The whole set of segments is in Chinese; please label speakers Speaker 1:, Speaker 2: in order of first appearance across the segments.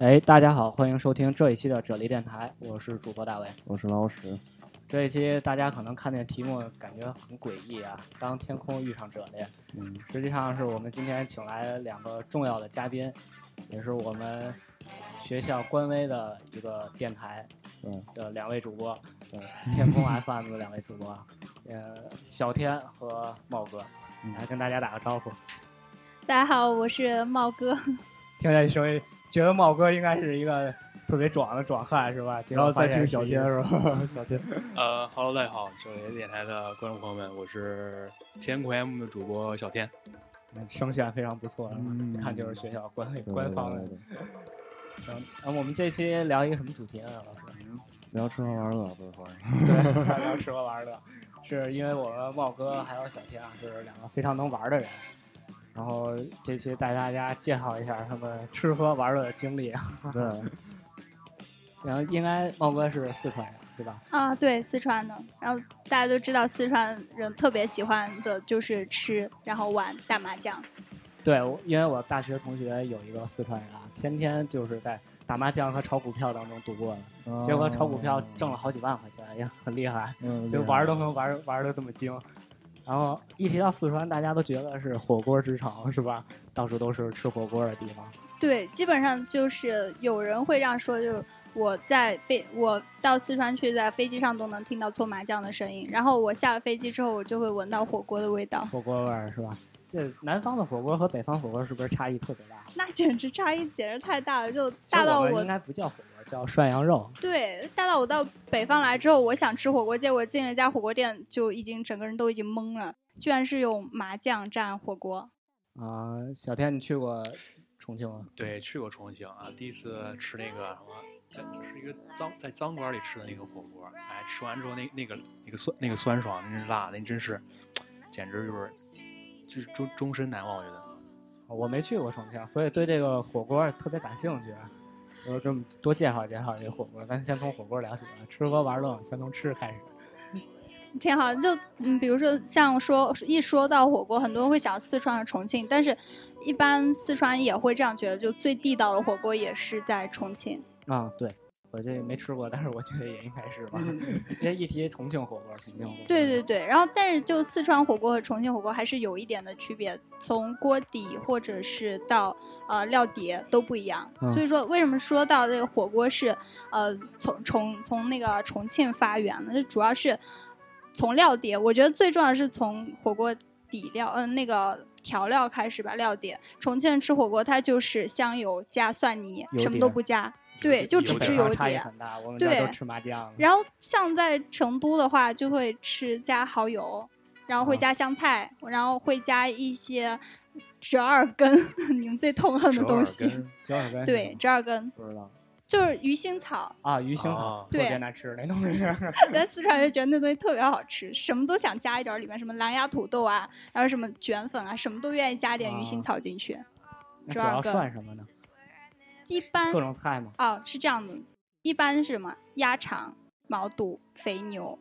Speaker 1: 哎，大家好，欢迎收听这一期的啫喱电台，我是主播大卫。
Speaker 2: 我是老史，
Speaker 1: 这一期大家可能看见题目感觉很诡异啊，当天空遇上者裂，
Speaker 2: 嗯，
Speaker 1: 实际上是我们今天请来两个重要的嘉宾，也是我们学校官微的一个电台
Speaker 2: 对，
Speaker 1: 的两位主播，呃，天 空 FM 的两位主播，呃，小天和茂哥，
Speaker 2: 嗯
Speaker 1: 来跟大家打个招呼。
Speaker 3: 大家好，我是茂哥。
Speaker 1: 听这声音，觉得茂哥应该是一个特别壮的壮汉是吧？
Speaker 2: 然后再听小天是 吧？小天，
Speaker 4: 呃哈喽，大家好，这里电台的观众朋友们，我是天空 M 的主播小天。
Speaker 1: 声线非常不错，
Speaker 2: 嗯
Speaker 1: 看就是学校官
Speaker 2: 对
Speaker 1: 官方的
Speaker 2: 对。对对
Speaker 1: 行，那我们这期聊一个什么主题呢，老师？
Speaker 2: 聊吃喝玩乐，不是说，
Speaker 1: 对，还聊吃喝玩乐，是因为我们茂哥还有小天啊，就是两个非常能玩的人。然后这期带大家介绍一下他们吃喝玩乐的经历。啊
Speaker 2: 对，
Speaker 1: 然后应该茂哥是四川人，对吧？
Speaker 3: 啊，对，四川的。然后大家都知道，四川人特别喜欢的就是吃，然后玩打麻将。
Speaker 1: 对，我因为我大学同学有一个四川人啊，天天就是在打麻将和炒股票当中度过的，结果炒股票挣了好几万块钱，也很厉害。
Speaker 2: 嗯，
Speaker 1: 就玩儿都能玩儿玩的这么精。然后一提到四川，大家都觉得是火锅之城，是吧？到处都是吃火锅的地方。
Speaker 3: 对，基本上就是有人会这样说，就是我在飞，我到四川去，在飞机上都能听到搓麻将的声音。然后我下了飞机之后，我就会闻到火锅的味道，
Speaker 1: 火锅味儿是吧？这南方的火锅和北方火锅是不是差异特别大？
Speaker 3: 那简直差异简直太大了，就
Speaker 1: 其实
Speaker 3: 大到
Speaker 1: 我们
Speaker 3: 我
Speaker 1: 应该不叫火锅，叫涮羊肉。
Speaker 3: 对，大到我到北方来之后，我想吃火锅，结果进了一家火锅店，就已经整个人都已经懵了，居然是用麻酱蘸火锅。
Speaker 1: 啊、小天，你去过重庆吗？
Speaker 4: 对，去过重庆啊，第一次吃那个什么，在就是一个脏在脏馆里吃的那个火锅，哎，吃完之后那那个那个酸那个酸爽，那是辣，那真是，简直就是，就是终终身难忘，我觉得。
Speaker 1: 我没去过重庆，所以对这个火锅特别感兴趣。我这么多介绍介绍这火锅，咱先从火锅聊起吧。吃喝玩乐，先从吃开始。
Speaker 3: 挺好，就嗯，比如说像说一说到火锅，很多人会想四川和重庆，但是一般四川也会这样觉得，就最地道的火锅也是在重庆。
Speaker 1: 啊，对，我这没吃过，但是我觉得也应该是吧。
Speaker 4: 嗯
Speaker 1: 因为一提重庆火锅，重庆火锅，
Speaker 3: 对对对，然后但是就四川火锅和重庆火锅还是有一点的区别，从锅底或者是到呃料碟都不一样。
Speaker 1: 嗯
Speaker 3: 所以说，为什么说到这个火锅是呃从重从那个重庆发源的，就主要是从料碟。我觉得最重要的是从火锅底料，嗯、那个调料开始吧，料碟。重庆人吃火锅，它就是香油加蒜泥，
Speaker 1: 油
Speaker 3: 什么
Speaker 1: 碟
Speaker 3: 都不加，对，就只
Speaker 4: 油碟
Speaker 3: 吃
Speaker 1: 北
Speaker 4: 是
Speaker 1: 方
Speaker 3: 油
Speaker 1: 差异
Speaker 3: 碟。
Speaker 1: 很大，我们这儿
Speaker 3: 对
Speaker 1: 都吃麻酱。
Speaker 3: 然后像在成都的话，就会吃加蚝油，然后
Speaker 1: 啊
Speaker 3: 会加香菜，然后会加一些折耳根， 你们最痛恨的东
Speaker 4: 折
Speaker 3: 西。
Speaker 4: 耳
Speaker 1: 折耳根
Speaker 3: 对，折耳根
Speaker 2: 不知道，
Speaker 3: 就是鱼腥草，
Speaker 1: 啊，鱼腥草
Speaker 4: 啊
Speaker 1: 特别
Speaker 3: 对
Speaker 1: 难吃那东西。
Speaker 3: 在四川人觉得那东西特别好吃，什么都想加一点儿，里面什么狼牙土豆啊，然后什么卷粉啊，什么都愿意加点鱼
Speaker 1: 啊
Speaker 3: 腥草进去。
Speaker 1: 那主
Speaker 3: 折耳
Speaker 1: 要
Speaker 3: 根
Speaker 1: 涮什么呢？
Speaker 3: 一般
Speaker 1: 各种菜嘛，
Speaker 3: 哦是这样的，一般是什么鸭肠、毛肚、肥牛，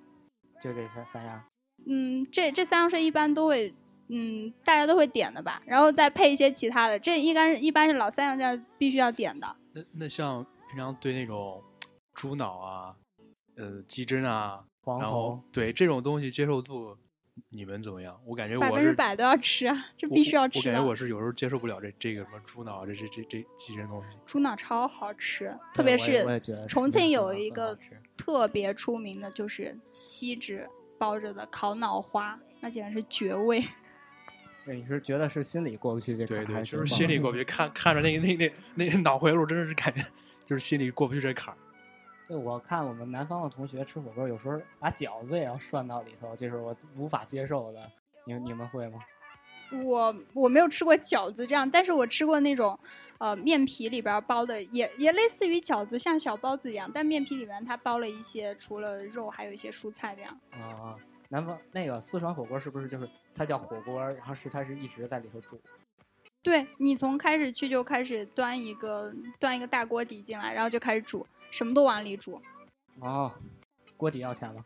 Speaker 1: 就这些三样。
Speaker 3: 嗯，这这三样是一般都会，嗯，大家都会点的吧，然后再配一些其他的，这应该是一般是老三样这必须要点的。
Speaker 4: 那那像平常对那种猪脑啊，呃，鸡胗啊，
Speaker 1: 黄
Speaker 4: 然后
Speaker 1: 喉，
Speaker 4: 对这种东西接受度，你们怎么样？我感觉
Speaker 3: 百
Speaker 4: 我
Speaker 3: 分之
Speaker 4: 是
Speaker 3: 百都要吃啊， 这
Speaker 4: 我
Speaker 3: 必须要
Speaker 4: 我
Speaker 3: 吃
Speaker 4: 感觉
Speaker 3: 的。
Speaker 4: 我是有时候接受不了这这个什么猪脑这这这这鸡胗东西。
Speaker 3: 猪脑超好吃，
Speaker 1: 对
Speaker 3: 特别
Speaker 1: 我也我也
Speaker 3: 是
Speaker 1: 觉得
Speaker 3: 重庆有一
Speaker 1: 更好
Speaker 3: 个
Speaker 1: 吃
Speaker 3: 特别出名的，就是锡纸包着的烤脑花，那简直是绝味。
Speaker 1: 对你是觉得是心里过不去这坎
Speaker 4: 对
Speaker 1: 儿，
Speaker 4: 对，
Speaker 1: 还
Speaker 4: 就是心里过不去，看看着那那那那那脑回路，真的是感觉就是心里过不去这坎儿。
Speaker 1: 对，我看我们南方的同学吃火锅，有时候把饺子也要涮到里头，这是我无法接受的。你你们会吗？
Speaker 3: 我我没有吃过饺子这样，但是我吃过那种，呃，面皮里边儿包的，也也类似于饺子，像小包子一样，但面皮里面它包了一些除了肉，还有一些蔬菜这样。
Speaker 1: 啊、啊，南方那个四川火锅是不是就是它叫火锅，然后是它是一直在里头煮？
Speaker 3: 对你从开始去就开始端一个端一个大锅底进来，然后就开始煮，什么都往里煮。
Speaker 1: 哦，锅底要钱吗？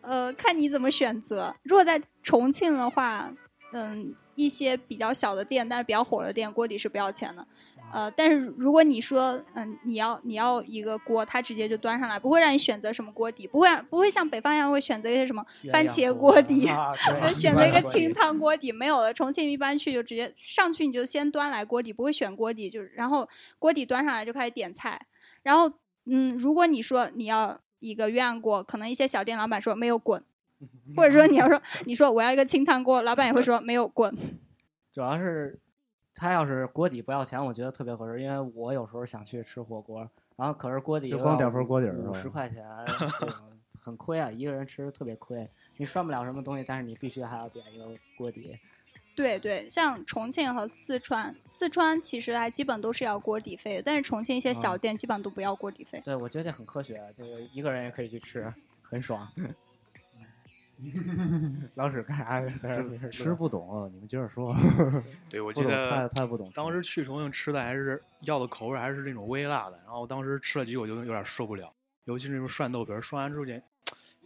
Speaker 3: 呃，看你怎么选择。如果在重庆的话，嗯，一些比较小的店，但是比较火的店，锅底是不要钱的。呃，但是如果你说，嗯，你要你要一个锅，它直接就端上来，不会让你选择什么锅底，不会不会像北方一样会选择一些什么番茄锅底，
Speaker 1: 啊，对
Speaker 3: 就选择一个清。
Speaker 1: 番茄锅底
Speaker 3: 汤锅底，没有的。重庆一般去就直接上去，你就先端来锅底，不会选锅底，就是然后锅底端上来就开始点菜。然后，嗯，如果你说你要一个鸳鸯锅，可能一些小店老板说没有滚，或者说你要说你说我要一个清汤锅，老板也会说没有滚。
Speaker 1: 主要是他要是锅底不要钱，我觉得特别合适，因为我有时候想去吃火锅，然后可是锅底
Speaker 2: 就光点份锅底儿
Speaker 1: 五
Speaker 2: 是
Speaker 1: 十
Speaker 2: 吧？
Speaker 1: 块 钱这种很亏啊，一个人吃特别亏，你涮不了什么东西，但是你必须还要点一个锅底。
Speaker 3: 对对，像重庆和四川，四川其实还基本都是要锅底费的，但是重庆一些小店基本都不要锅底费。
Speaker 1: 对，我觉得这很科学，就是一个人也可以去吃，很 爽。 老史干啥？在这儿没事儿
Speaker 2: 吃不懂啊，你们接着说。
Speaker 4: 对，我
Speaker 2: 不
Speaker 4: 记
Speaker 2: 懂，太
Speaker 4: 得
Speaker 2: 太不懂吃。
Speaker 4: 当时去重庆吃的还是要的口味还是那种微辣的，然后当时吃了几口就有点受不了，尤其是那种涮豆皮儿，涮完之后简，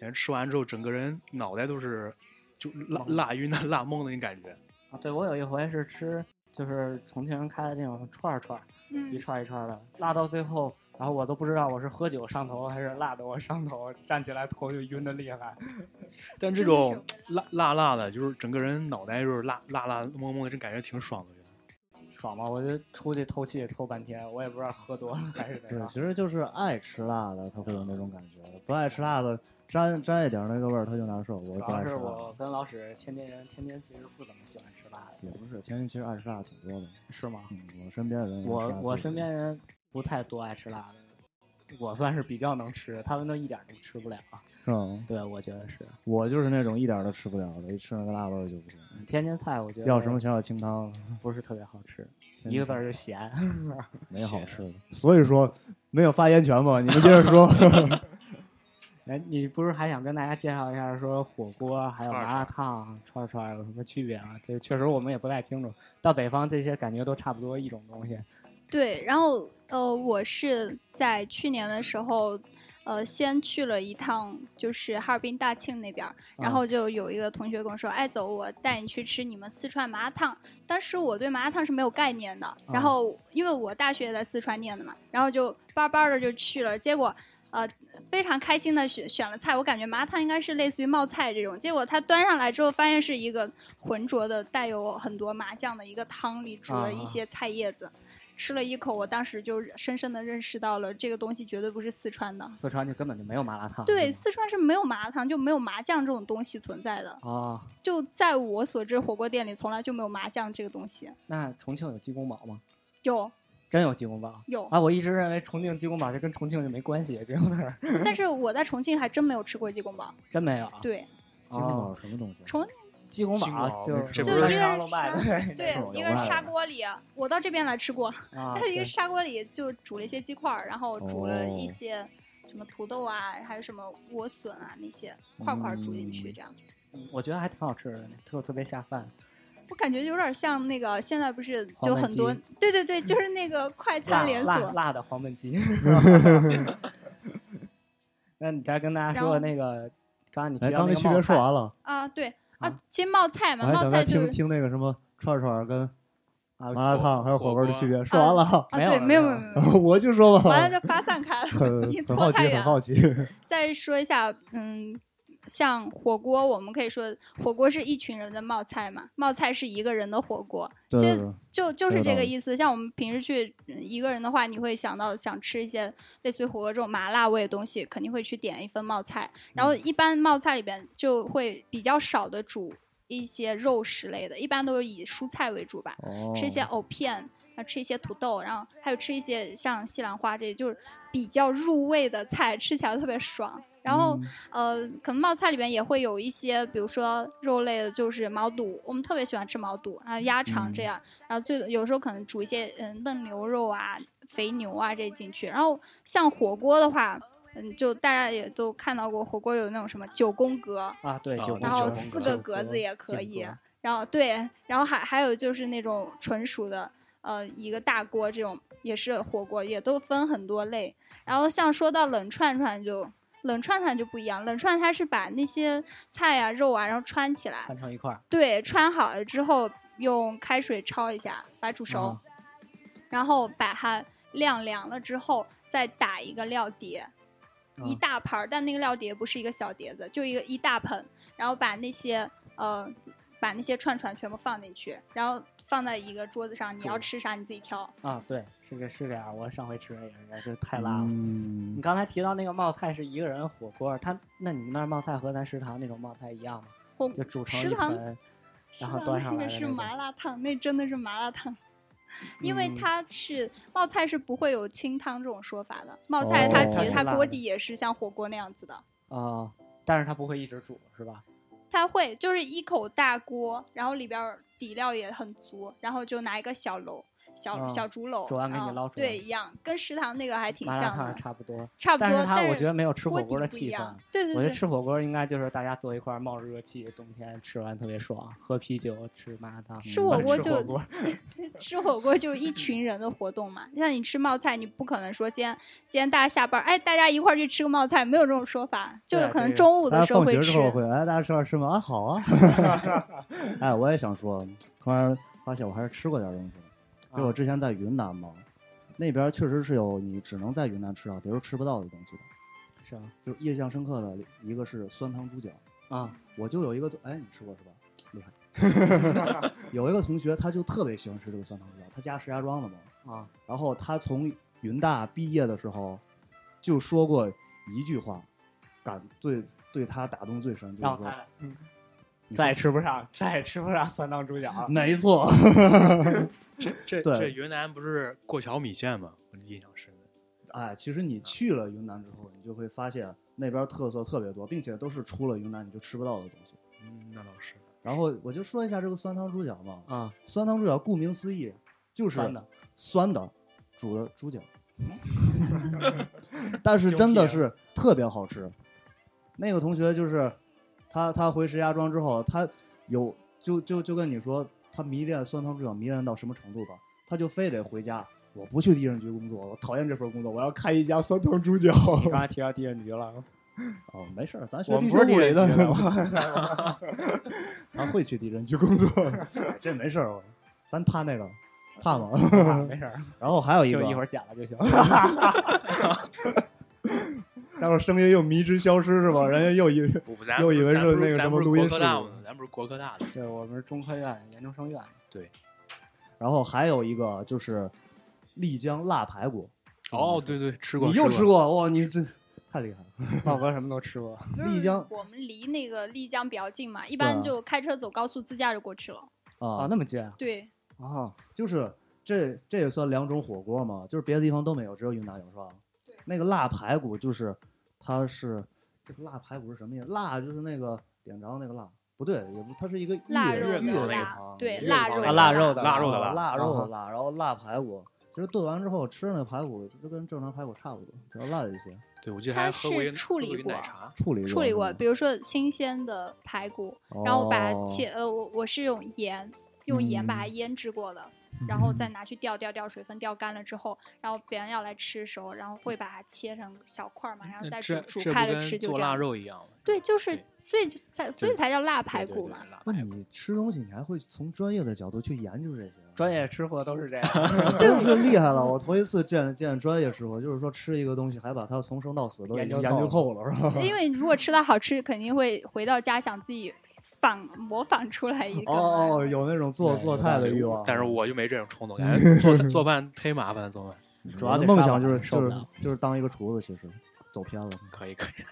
Speaker 4: 简直吃完之后整个人脑袋都是就辣辣晕的、 辣懵的那感觉。
Speaker 1: 啊，对我有一回是吃，就是重庆人开的那种串儿串儿，一
Speaker 3: 嗯，
Speaker 1: 串一串的，辣到最后，然后我都不知道我是喝酒上头还是辣的我上头，站起来头就晕的厉害。
Speaker 4: 但
Speaker 3: 真的是
Speaker 4: 这种辣辣辣的，就是整个人脑袋就是辣辣辣懵懵的，这感觉挺爽的。我觉得
Speaker 1: 爽吗？我就出去透气透半天，我也不知道喝多了还是怎
Speaker 2: 对，
Speaker 1: 样。
Speaker 2: 其实就是爱吃辣的，他会有那种感觉；不爱吃辣的，沾沾一点那个味儿他就难受。我
Speaker 1: 主
Speaker 2: 不
Speaker 1: 要
Speaker 2: 爱吃
Speaker 1: 是
Speaker 2: 辣
Speaker 1: 我，跟老史，天津人，天津其实不怎么喜欢吃辣的，
Speaker 2: 也不是天津其实爱吃辣挺多的。
Speaker 1: 是吗？
Speaker 2: 嗯，我身边人也
Speaker 1: 我
Speaker 2: 吃辣
Speaker 1: 我
Speaker 2: 挺
Speaker 1: 身
Speaker 2: 多
Speaker 1: 边人不太多爱吃辣的，我算是比较能吃，他们都一点儿都吃不了。啊
Speaker 2: 是吗？
Speaker 1: 对，我觉得是。
Speaker 2: 我就是那种一点儿都吃不了的，一吃那个辣味儿就不行。
Speaker 1: 嗯天津菜我觉得
Speaker 2: 要什么小小清汤，
Speaker 1: 不是特别好吃，
Speaker 2: 天
Speaker 1: 一个字
Speaker 2: 津菜
Speaker 1: 儿就咸。
Speaker 2: 没好吃的。所以说没有发言权嘛，你们接着 说。
Speaker 1: 哎，你不是还想跟大家介绍一下说火锅还有
Speaker 4: 串儿
Speaker 1: 麻辣烫串儿串儿有什么区别啊？这确实我们也不太清楚。到北方这些感觉都差不多一种东西。
Speaker 3: 对，然后呃，我是在去年的时候，呃，先去了一趟就是哈尔滨大庆那边儿，然
Speaker 1: 啊
Speaker 3: 后就有一个同学跟我说，哎，走，我带你去吃你们四川麻辣烫。当时我对麻辣烫是没有概念的，然
Speaker 1: 啊
Speaker 3: 后因为我大学也在四川念的嘛，然后就巴巴的就去了，结果。呃，非常开心的选选了菜，我感觉麻辣烫应该是类似于冒菜这种，结果它端上来之后，发现是一个浑浊的、带有很多麻酱的一个汤里煮了
Speaker 1: 啊
Speaker 3: 一些菜叶子，吃了一口，我当时就深深的认识到了这个东西绝对不是四川的。
Speaker 1: 四川就根本就没有麻辣烫。
Speaker 3: 对，
Speaker 1: 是吗
Speaker 3: 四川是没有麻辣烫，就没有麻酱这种东西存在的。
Speaker 1: 哦，
Speaker 3: 就在我所知，火锅店里从来就没有麻酱这个东西。
Speaker 1: 那重庆有鸡公煲吗？
Speaker 3: 有
Speaker 1: 真有鸡公煲
Speaker 3: 有，
Speaker 1: 啊！我一直认为重庆鸡公煲就跟重庆就没关系，这种事儿
Speaker 3: 但是我在重庆还真没有吃过鸡公煲。
Speaker 1: 真没有啊。
Speaker 3: 对
Speaker 2: 鸡公
Speaker 1: 哦
Speaker 2: 煲是什么东西？啊
Speaker 3: 重
Speaker 1: 鸡公
Speaker 4: 鸡公
Speaker 1: 煲
Speaker 4: 煲
Speaker 1: 就
Speaker 4: 这
Speaker 3: 不是就是一个
Speaker 1: 沙漏卖的，
Speaker 3: 对
Speaker 2: 是我，
Speaker 3: 一
Speaker 2: 有
Speaker 3: 个
Speaker 2: 外
Speaker 3: 砂
Speaker 2: 的
Speaker 3: 锅里，啊我到这边来吃过，
Speaker 1: 啊，
Speaker 3: 它有一
Speaker 1: 对
Speaker 3: 个砂锅里就煮了一些鸡块儿，然后煮了一
Speaker 2: 哦
Speaker 3: 些什么土豆啊，还有什么莴笋啊那些块块儿煮进去，
Speaker 2: 嗯
Speaker 3: 这样。
Speaker 1: 我觉得还挺好吃的，特特别下饭。
Speaker 3: 我感觉有点像那个现在不是
Speaker 1: 黄
Speaker 3: 就
Speaker 1: 焖
Speaker 3: 很多
Speaker 1: 鸡，
Speaker 3: 对对对，就是那个快
Speaker 1: 辣
Speaker 3: 餐连
Speaker 1: 辣
Speaker 3: 锁。
Speaker 1: 辣的黄焖 鸡。那你再跟大家说那个，刚刚你
Speaker 2: 哎，
Speaker 1: 提到
Speaker 2: 刚
Speaker 1: 那
Speaker 2: 才
Speaker 1: 个
Speaker 2: 区
Speaker 1: 冒
Speaker 2: 别说
Speaker 1: 菜，
Speaker 2: 完了，
Speaker 3: 啊，对啊
Speaker 1: 啊，
Speaker 3: 其实冒菜
Speaker 2: 我
Speaker 3: 嘛，
Speaker 2: 还
Speaker 3: 冒
Speaker 2: 想
Speaker 3: 菜
Speaker 2: 再
Speaker 3: 就
Speaker 2: 听
Speaker 3: 是
Speaker 2: 听那个什么串串儿跟
Speaker 1: 啊
Speaker 2: 麻辣烫还有火锅的区别。说完了哈，
Speaker 3: 啊，
Speaker 1: 没
Speaker 3: 对，
Speaker 1: 有了
Speaker 3: 没有
Speaker 1: 没
Speaker 3: 没
Speaker 1: 有
Speaker 3: 有
Speaker 1: 了
Speaker 3: 没 有，
Speaker 2: 我就说吧，。
Speaker 3: 完了就发散开了
Speaker 2: 很
Speaker 3: 你
Speaker 2: 很
Speaker 3: 拖
Speaker 2: 好奇，
Speaker 3: 太远
Speaker 2: 很好 奇。
Speaker 3: 再说一下，嗯，像火锅，我们可以说火锅是一群人的冒菜嘛，冒菜是一个人的火锅，其
Speaker 2: 对对
Speaker 3: 实
Speaker 2: 对，
Speaker 3: 就就
Speaker 2: 这
Speaker 3: 是
Speaker 2: 个
Speaker 3: 这
Speaker 2: 道
Speaker 3: 个
Speaker 2: 理
Speaker 3: 意思。像我们平时去嗯一个人的话，你会想到想吃一些类似于火锅这种麻辣味的东西，肯定会去点一份冒菜。
Speaker 2: 嗯
Speaker 3: 然后一般冒菜里边就会比较少的煮一些肉食类的，一般都是以蔬菜为主吧。
Speaker 2: 哦，
Speaker 3: 吃一些藕片，要吃一些土豆，然后还有吃一些像西兰花这些，就是比较入味的菜，吃起来特别爽。然后、
Speaker 1: 嗯
Speaker 3: 呃，可能冒菜里面也会有一些，比如说肉类的，就是毛肚，我们特别喜欢吃毛肚，然后鸭肠这
Speaker 2: 嗯
Speaker 3: 样，然后最有时候可能煮一些嗯嫩牛肉啊、肥牛啊这些进去。然后像火锅的话。嗯，就大家也都看到过火锅有那种什么九宫格，
Speaker 1: 啊，对，
Speaker 2: 哦
Speaker 4: 啊
Speaker 1: 九宫
Speaker 4: 然
Speaker 1: 九
Speaker 4: 后
Speaker 1: 宫
Speaker 4: 四
Speaker 1: 格
Speaker 4: 个
Speaker 1: 九
Speaker 3: 格子也可
Speaker 1: 九
Speaker 3: 以
Speaker 1: 格
Speaker 3: 然后对，然后还还有就是那种纯熟的，呃，一个大锅这种也是火锅，也都分很多类。然后像说到冷串串就，冷串串就不一样，冷串它是把那些菜啊、肉啊，然后穿起来，
Speaker 1: 串成一块儿，
Speaker 3: 对，穿好了之后用开水焯一下，把它煮熟，
Speaker 1: 啊
Speaker 3: 然后把它晾凉了之后，再打一个料碟，一
Speaker 1: 嗯
Speaker 3: 大盘儿，但那个料碟不是一个小碟子，就一个一大盆，然后把那些呃把那些串串全部放进去，然后放在一个桌子上，你要
Speaker 1: 煮
Speaker 3: 吃啥你自己挑。
Speaker 1: 啊，对，是这是这样。我上回吃的也是，也是太辣了。你
Speaker 2: 嗯，
Speaker 1: 刚才提到那个冒菜是一个人火锅，他那你们那儿冒菜和咱食堂那种冒菜一样吗？
Speaker 3: 我
Speaker 1: 就煮成
Speaker 3: 食
Speaker 1: 一
Speaker 3: 堂
Speaker 1: 盆，然后
Speaker 3: 是吧
Speaker 1: 端上
Speaker 3: 那
Speaker 1: 来
Speaker 3: 个
Speaker 1: 的
Speaker 3: 是
Speaker 1: 那
Speaker 3: 麻
Speaker 1: 种
Speaker 3: 辣烫，那真的是麻辣烫，因为
Speaker 1: 嗯
Speaker 3: 它是冒菜是不会有清汤这种说法的。冒菜它
Speaker 2: 哦
Speaker 3: 其实
Speaker 1: 它
Speaker 3: 它
Speaker 1: 是辣
Speaker 3: 锅
Speaker 1: 的
Speaker 3: 底也是像火锅那样子的，
Speaker 1: 啊、但是他不会一直煮是吧？
Speaker 3: 它会就是一口大锅，然后里边儿底料也很足，然后就拿一个小篓。小、
Speaker 1: 嗯
Speaker 3: 小竹篓，
Speaker 1: 煮完给你
Speaker 3: 啊
Speaker 1: 捞出来
Speaker 3: 对，一样，跟食堂那个还挺
Speaker 1: 麻辣
Speaker 3: 像
Speaker 1: 烫
Speaker 3: 的，
Speaker 1: 差不多，
Speaker 3: 差不
Speaker 1: 但
Speaker 3: 多。
Speaker 1: 是
Speaker 3: 但
Speaker 1: 它
Speaker 3: 是
Speaker 1: 我觉得没有吃火
Speaker 3: 锅
Speaker 1: 锅
Speaker 3: 底
Speaker 1: 的
Speaker 3: 不一
Speaker 1: 气氛啊
Speaker 3: 样。。对对
Speaker 1: 我觉得
Speaker 3: 对，
Speaker 1: 吃火锅应该就是大家坐一块儿冒着热气，冬天吃完特别爽，喝啤酒吃麻辣烫，
Speaker 3: 吃
Speaker 1: 不
Speaker 3: 火
Speaker 1: 是吃
Speaker 3: 锅就
Speaker 1: 火锅
Speaker 3: 吃火锅就一群人的活动嘛。像你吃冒菜，你不可能说今天今天大家下班儿，哎，大家一块儿去吃个冒菜，没有这种说法。就
Speaker 1: 对啊
Speaker 3: 可
Speaker 1: 这
Speaker 3: 能
Speaker 1: 个
Speaker 3: 中午
Speaker 2: 大
Speaker 3: 的时
Speaker 2: 家
Speaker 3: 候
Speaker 2: 放
Speaker 3: 会
Speaker 2: 学
Speaker 3: 吃
Speaker 2: 之。后会，哎，大家吃点吃吗？啊，好 啊。哎，我也想说，突然发现我还是吃过点东
Speaker 1: 啊
Speaker 2: 西的。就我之前在云南嘛，那边确实是有你只能在云南吃到，别人吃不到的东西的。
Speaker 1: 是吧？
Speaker 2: 就印象深刻的一个是酸汤猪脚，
Speaker 1: 啊、
Speaker 2: 我就有一个，哎，你吃过是吧？厉害。 有一个同学，他就特别喜欢吃这个酸汤猪脚，他家石家庄的嘛。
Speaker 1: 啊，
Speaker 2: 然后他从云大毕业的时候，就说过一句话，感最对他打动最深，就
Speaker 1: 让
Speaker 2: 是
Speaker 1: 我
Speaker 2: 说
Speaker 1: 猜，嗯
Speaker 2: 你
Speaker 1: 再也
Speaker 2: 说
Speaker 1: 吃不上，再也吃不上酸汤猪脚了。
Speaker 2: 没错，
Speaker 4: 这这
Speaker 2: 对
Speaker 4: 这云南不是过桥米线吗？我印象深的。
Speaker 2: 哎，其实你去了云南之后，你就会发现那边特色特别多，并且都是出了云南你就吃不到的东西。
Speaker 4: 嗯，那倒是。
Speaker 2: 然后我就说一下这个酸汤猪脚嘛，
Speaker 1: 啊、
Speaker 2: 酸汤猪脚顾名思义就是
Speaker 1: 酸的
Speaker 2: 酸的煮的猪脚， 但是真的
Speaker 1: 啊
Speaker 2: 是特别好吃。那个同学就是他，他回石家庄之后，他有就就就跟你说，他迷恋酸汤猪啊脚迷恋到什么程度吧，他就非得回家。我不去地震局工作，我讨厌这份工作，我要开一家酸汤猪脚。
Speaker 1: 你刚才提到地震局了，
Speaker 2: 哦，没事儿，咱学
Speaker 1: 我
Speaker 2: 地
Speaker 1: 们不是
Speaker 2: 震
Speaker 1: 地
Speaker 2: 物理
Speaker 1: 震
Speaker 2: 的
Speaker 1: 局， 的，
Speaker 2: 他会去地震局工作，哎这没事儿，我咱怕那个，怕吗？
Speaker 1: 没事儿，
Speaker 2: 然后还有一
Speaker 1: 就
Speaker 2: 个，
Speaker 1: 一会儿剪了就行。 了。
Speaker 2: 待会儿声音又迷之消失是吧？人家又一
Speaker 4: 不不，咱
Speaker 2: 又
Speaker 4: 不
Speaker 2: 以为
Speaker 4: 咱
Speaker 2: 是
Speaker 4: 不
Speaker 2: 那个
Speaker 4: 咱
Speaker 2: 什
Speaker 4: 不
Speaker 2: 么
Speaker 4: 是
Speaker 2: 录
Speaker 4: 国
Speaker 2: 音
Speaker 4: 科
Speaker 2: 室
Speaker 4: 大
Speaker 2: 里
Speaker 4: 吗？咱不是国科大的。
Speaker 1: 对，我们是中科院研究生院的，
Speaker 2: 然后还有一个就是丽江腊排骨，
Speaker 4: 哦，对对，吃过。
Speaker 2: 你又吃
Speaker 4: 吃？
Speaker 2: 过哇？你这太厉害了！啊
Speaker 1: 豹哥什么都吃过。
Speaker 3: 就
Speaker 2: 丽
Speaker 3: 是
Speaker 2: 江
Speaker 3: 我们离那个丽江比较近嘛，一
Speaker 2: 对啊
Speaker 3: 般就开车走高速自驾就过去了。
Speaker 1: 哦
Speaker 2: 啊，，
Speaker 1: 那么近啊！
Speaker 3: 对，
Speaker 1: 哦，
Speaker 2: 就是这这也算两种火锅嘛，就是别的地方都没有，只有云南有是吧？
Speaker 3: 对
Speaker 2: 那个腊排骨就是它是这个腊排骨是什么意思？腊就是那个典章那个腊，不对，也不，它是一个
Speaker 3: 腊
Speaker 2: 月
Speaker 3: 肉
Speaker 2: 月
Speaker 3: 的
Speaker 2: 那个
Speaker 3: 腊
Speaker 2: 旁，
Speaker 3: 对
Speaker 4: 月
Speaker 3: 腊
Speaker 4: 旁
Speaker 3: 肉
Speaker 4: 那个
Speaker 1: 腊肉的
Speaker 4: 腊肉的
Speaker 2: 啊
Speaker 4: 腊。
Speaker 2: 腊肉
Speaker 1: 啊
Speaker 2: 的腊，然后腊排骨。其实炖完之后吃那排骨就跟正常排骨差不多，只要辣一些。
Speaker 4: 对，我记得
Speaker 3: 它
Speaker 4: 还喝过一
Speaker 3: 是
Speaker 4: 个
Speaker 3: 处
Speaker 4: 喝
Speaker 3: 理
Speaker 4: 过一个奶
Speaker 3: 过
Speaker 4: 茶。
Speaker 2: 处理
Speaker 3: 处理过，
Speaker 2: 是吗
Speaker 3: 比如说新鲜的排骨，然后把它
Speaker 2: 哦
Speaker 3: 切，呃，我我是用盐，用盐把它
Speaker 4: 嗯
Speaker 3: 腌制过的，然后再拿去吊吊吊水分，吊干了之后，然后别人要来吃的时候，然后会把它切成小块儿嘛，然后
Speaker 4: 那
Speaker 3: 再
Speaker 4: 这
Speaker 3: 煮煮
Speaker 4: 嗯这不
Speaker 3: 开了
Speaker 4: 跟
Speaker 3: 吃，就
Speaker 4: 做
Speaker 3: 这
Speaker 4: 腊
Speaker 3: 样。
Speaker 4: 肉一样吗？
Speaker 3: 对，就是
Speaker 4: 对
Speaker 3: 所以就才所以
Speaker 4: 对
Speaker 3: 才叫腊排
Speaker 4: 对对
Speaker 3: 骨
Speaker 4: 对
Speaker 3: 嘛。
Speaker 4: 腊
Speaker 2: 不，
Speaker 4: 排骨
Speaker 2: 你吃东西你还会从专业的角度去研究这些，
Speaker 1: 专业吃货都是这样，
Speaker 2: 真是厉害了！我头一次见见专业师傅，就是说吃一个东西还把它从生到死都
Speaker 1: 研
Speaker 2: 研
Speaker 1: 究
Speaker 2: 究
Speaker 1: 透
Speaker 2: 透了，是吧？
Speaker 3: 因为如果吃到好吃，肯定会回到家想自己仿模仿出来一个嘛。
Speaker 2: 哦哦，有那种做
Speaker 1: 对
Speaker 2: 做
Speaker 1: 有
Speaker 2: 菜
Speaker 1: 道
Speaker 2: 的
Speaker 1: 理
Speaker 2: 欲望。
Speaker 4: 但是我就没这种冲动，感觉做饭做饭忒麻烦了，做饭。
Speaker 1: 主要
Speaker 2: 我
Speaker 1: 得
Speaker 2: 的梦
Speaker 1: 刷
Speaker 2: 想
Speaker 1: 碗
Speaker 2: 就是
Speaker 1: 受
Speaker 2: 就
Speaker 1: 不
Speaker 2: 是
Speaker 1: 了
Speaker 2: 就是当一个厨子，其实走偏了。
Speaker 4: 可以可以。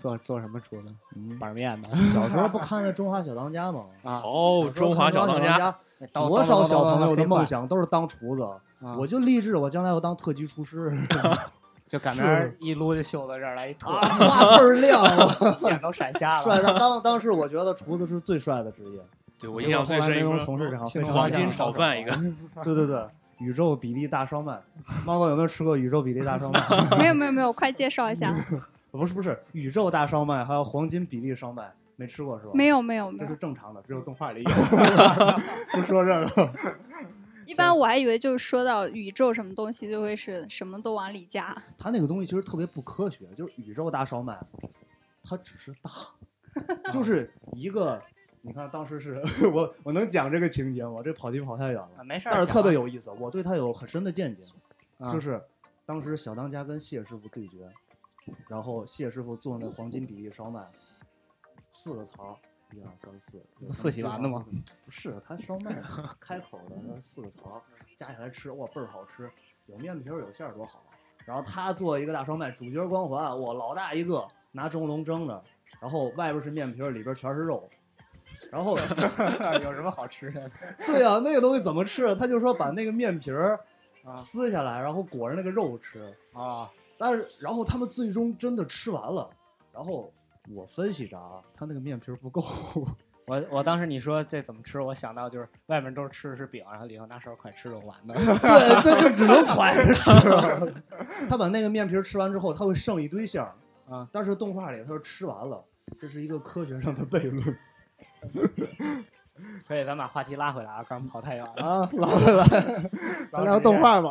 Speaker 1: 做做什么厨呢？
Speaker 2: 嗯，
Speaker 1: 板面的
Speaker 2: 小时候不看那《中华小当家》吗？
Speaker 1: 啊，
Speaker 4: 哦，
Speaker 2: 小时候
Speaker 4: 中
Speaker 2: 看
Speaker 4: 华
Speaker 2: 中
Speaker 4: 小当家，
Speaker 1: 刀
Speaker 2: 多少小朋
Speaker 1: 刀刀
Speaker 2: 友的梦，
Speaker 1: 刀刀刀刀
Speaker 2: 想都是当厨子。
Speaker 1: 废话啊
Speaker 2: 我就立志，我将来要当特级厨师，
Speaker 1: 就赶明儿一撸就秀到这儿来一特，
Speaker 2: 啊哇，倍儿亮了，
Speaker 1: 眼都闪瞎
Speaker 2: 帅
Speaker 1: 了。
Speaker 2: 的。当当时我觉得厨子是最帅的职业。
Speaker 4: 对 我
Speaker 2: 结
Speaker 4: 印
Speaker 2: 果
Speaker 4: 象
Speaker 2: 后
Speaker 4: 最
Speaker 2: 来
Speaker 4: 深
Speaker 2: 没
Speaker 4: 一
Speaker 2: 能
Speaker 4: 个
Speaker 2: 从事这行，非常
Speaker 4: 黄金
Speaker 2: 遗憾
Speaker 4: 炒饭一个，
Speaker 2: 对对对，宇宙比例大烧麦。猫哥有没有吃过宇宙比例大烧麦？
Speaker 3: 没 有没有没有，快介绍一下，
Speaker 2: 不是不是，宇宙大烧麦还有黄金比例烧麦，没吃过是吧？
Speaker 3: 没，有没有没
Speaker 2: 这
Speaker 3: 有
Speaker 2: 是，正常的，只有动画里有。不说这个，
Speaker 3: 一般我还以为就是说到宇宙什么东西，就会是什么都往里加。
Speaker 2: 它那个东西其实特别不科学，就是宇宙大烧麦，它只是大， 就是一个。你看，当时是 我我能讲这个情节吗？这跑题跑太远了，
Speaker 1: 啊没事儿，
Speaker 2: 但是
Speaker 1: 讲
Speaker 2: 特别
Speaker 1: 吧
Speaker 2: 有意思，我对它有很深的见解。
Speaker 1: 啊
Speaker 2: 就是当时小当家跟谢师傅对决，然后谢师傅做那黄金比例烧麦，四个槽儿，一二三四，有
Speaker 1: 四喜丸子吗？
Speaker 2: 不是，它烧麦开口的那四个槽儿加起来吃，哇倍儿好吃，有面皮儿有馅儿多好啊。然后他做一个大烧麦，主角光环，哇老大一个，拿蒸笼蒸着，然后外边是面皮儿，里边全是肉。然后，
Speaker 1: 有什么好吃 的？
Speaker 2: 对啊，那个东西怎么吃啊？他就说把那个面皮儿
Speaker 1: 啊
Speaker 2: 撕下来，然后裹着那个肉吃。
Speaker 1: 啊，
Speaker 2: 但是然后他们最终真的吃完了，然后我分析着啊，他那个面皮儿不 够，
Speaker 1: 我我当时你说这怎么吃，我想到就是外面都是吃的是饼，然后里头拿勺快吃肉丸 子。
Speaker 2: 对，这就只能快着吃。他把那个面皮儿吃完之后，他会剩一堆馅儿
Speaker 1: 啊。
Speaker 2: 但是动画里他说吃完了，这是一个科学上的悖论
Speaker 1: 可以，咱把话题拉回来啊，刚跑太远了。
Speaker 2: 啊。老回来，咱聊动画吧。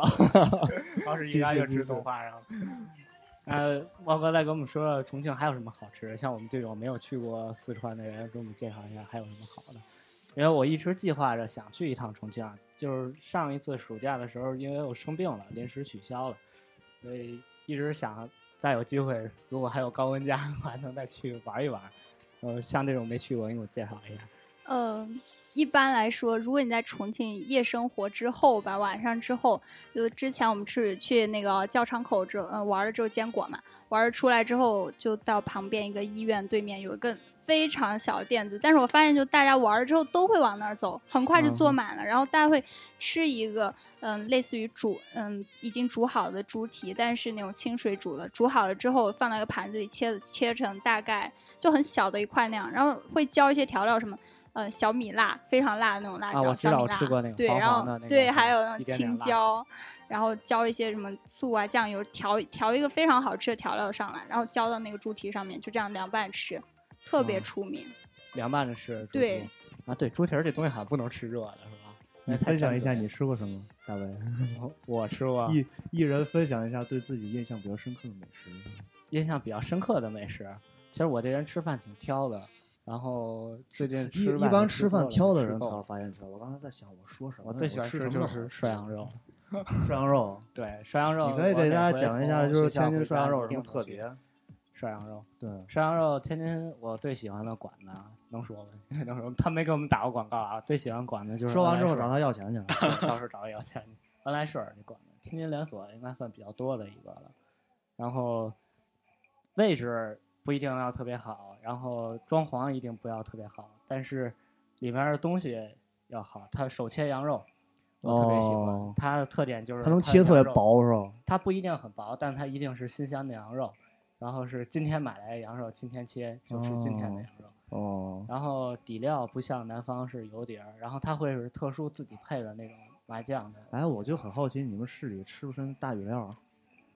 Speaker 1: 当时一家
Speaker 2: 继
Speaker 1: 就
Speaker 2: 续
Speaker 1: 吃动画，然后，呃，猫哥再给我们说说重庆还有什么好吃的？像我们队友没有去过四川的人，给我们介绍一下还有什么好的。因为我一直计划着想去一趟重庆啊，就是上一次暑假的时候，因为我生病了，临时取消了，所以一直想再有机会，如果还有高温假的话，能再去玩一玩。呃，像这种没去过，你给我介绍一下。
Speaker 3: 呃，一般来说，如果你在重庆夜生活之后吧，晚上之后，就之前我们是去那个教场口这呃玩了之后坚果嘛，玩儿出来之后就到旁边一个医院对面有一个非常小的店子，但是我发现就大家玩儿之后都会往那儿走，很快就坐
Speaker 1: 嗯
Speaker 3: 满了，然后大家会吃一个嗯类似于煮嗯已经煮好的猪蹄，但是那种清水煮的，煮好了之后放到一个盘子里切切成大概就很小的一块那样，然后会浇一些调料什么。呃，小米辣非常辣的那种辣
Speaker 1: 啊
Speaker 3: 椒，
Speaker 1: 我知
Speaker 3: 小
Speaker 1: 道
Speaker 3: 米
Speaker 1: 我
Speaker 3: 辣，
Speaker 1: 吃过那个
Speaker 3: 对，
Speaker 1: 黄
Speaker 3: 然后
Speaker 1: 黄的那
Speaker 3: 对，
Speaker 1: 个
Speaker 3: 还
Speaker 1: 是
Speaker 3: 有
Speaker 1: 吧
Speaker 3: 那
Speaker 1: 一
Speaker 3: 种
Speaker 1: 点点
Speaker 3: 青
Speaker 1: 辣
Speaker 3: 椒，然后浇一些什么醋啊、酱油，调调一个非常好吃的调料上来，然后浇到那个猪蹄上面，就这样凉拌吃，特别
Speaker 1: 嗯
Speaker 3: 出名。
Speaker 1: 凉拌着吃，猪
Speaker 3: 对
Speaker 1: 蹄啊，对，猪蹄儿这东西好像不能吃热的，是吧？
Speaker 2: 你
Speaker 1: 那太
Speaker 2: 分享
Speaker 1: 占
Speaker 2: 一下
Speaker 1: 嘴
Speaker 2: 你吃过什么，大卫？
Speaker 1: 我我吃过
Speaker 2: 一一人分享一下对自己印象比较深刻的美食。
Speaker 1: 印象比较深刻的美食。其实我这人吃饭挺挑的，然后最近
Speaker 2: 一
Speaker 1: 吃
Speaker 2: 一
Speaker 1: 饭
Speaker 2: 般
Speaker 1: 就
Speaker 2: 吃
Speaker 1: 多
Speaker 2: 饭
Speaker 1: 了
Speaker 2: 挑
Speaker 1: 没
Speaker 2: 的
Speaker 1: 吃
Speaker 2: 人才
Speaker 1: 够
Speaker 2: 会发现这。我刚才在想，我说什么
Speaker 1: 我
Speaker 2: 呢？
Speaker 1: 最喜欢
Speaker 2: 吃
Speaker 1: 吃
Speaker 2: 什
Speaker 1: 就
Speaker 2: 么
Speaker 1: 是
Speaker 2: 呢
Speaker 1: 涮羊肉，
Speaker 2: 涮羊肉。
Speaker 1: 对，涮羊肉。
Speaker 2: 你可以
Speaker 1: 我
Speaker 2: 给
Speaker 1: 每
Speaker 2: 大家
Speaker 1: 回
Speaker 2: 讲一下，
Speaker 1: 从
Speaker 2: 就是
Speaker 1: 学校
Speaker 2: 天津
Speaker 1: 回
Speaker 2: 涮羊
Speaker 1: 家
Speaker 2: 肉
Speaker 1: 一
Speaker 2: 有什
Speaker 1: 定
Speaker 2: 么
Speaker 1: 会
Speaker 2: 特
Speaker 1: 去
Speaker 2: 别？
Speaker 1: 涮羊肉，
Speaker 2: 对，
Speaker 1: 涮羊肉，天津我最喜欢的馆子能说吗？ 能说吗，他没给我们打过广告啊。最喜欢馆子就是
Speaker 2: 说
Speaker 1: 恩
Speaker 2: 完
Speaker 1: 来
Speaker 2: 之后
Speaker 1: 顺
Speaker 2: 找他要钱去。
Speaker 1: 到时候找个要钱。恩来顺儿这馆子，天津连锁应该算比较多的一个了。然后位置不一定要特别好，然后装潢一定不要特别好，但是里面的东西要好。它手切羊肉，我特别喜欢。
Speaker 2: 哦
Speaker 1: 它的特点就是
Speaker 2: 他能
Speaker 1: 的
Speaker 2: 切特别
Speaker 1: 羊肉，
Speaker 2: 薄是吧？
Speaker 1: 它不一定很薄，但它一定是新鲜的羊肉。然后是今天买来的羊肉，今天切就是今天的
Speaker 2: 哦
Speaker 1: 羊肉。
Speaker 2: 哦，
Speaker 1: 然后底料不像南方是油碟儿，然后它会是特殊自己配的那种麻酱的。
Speaker 2: 哎，我就很好奇你们市里吃不吃大雨料儿？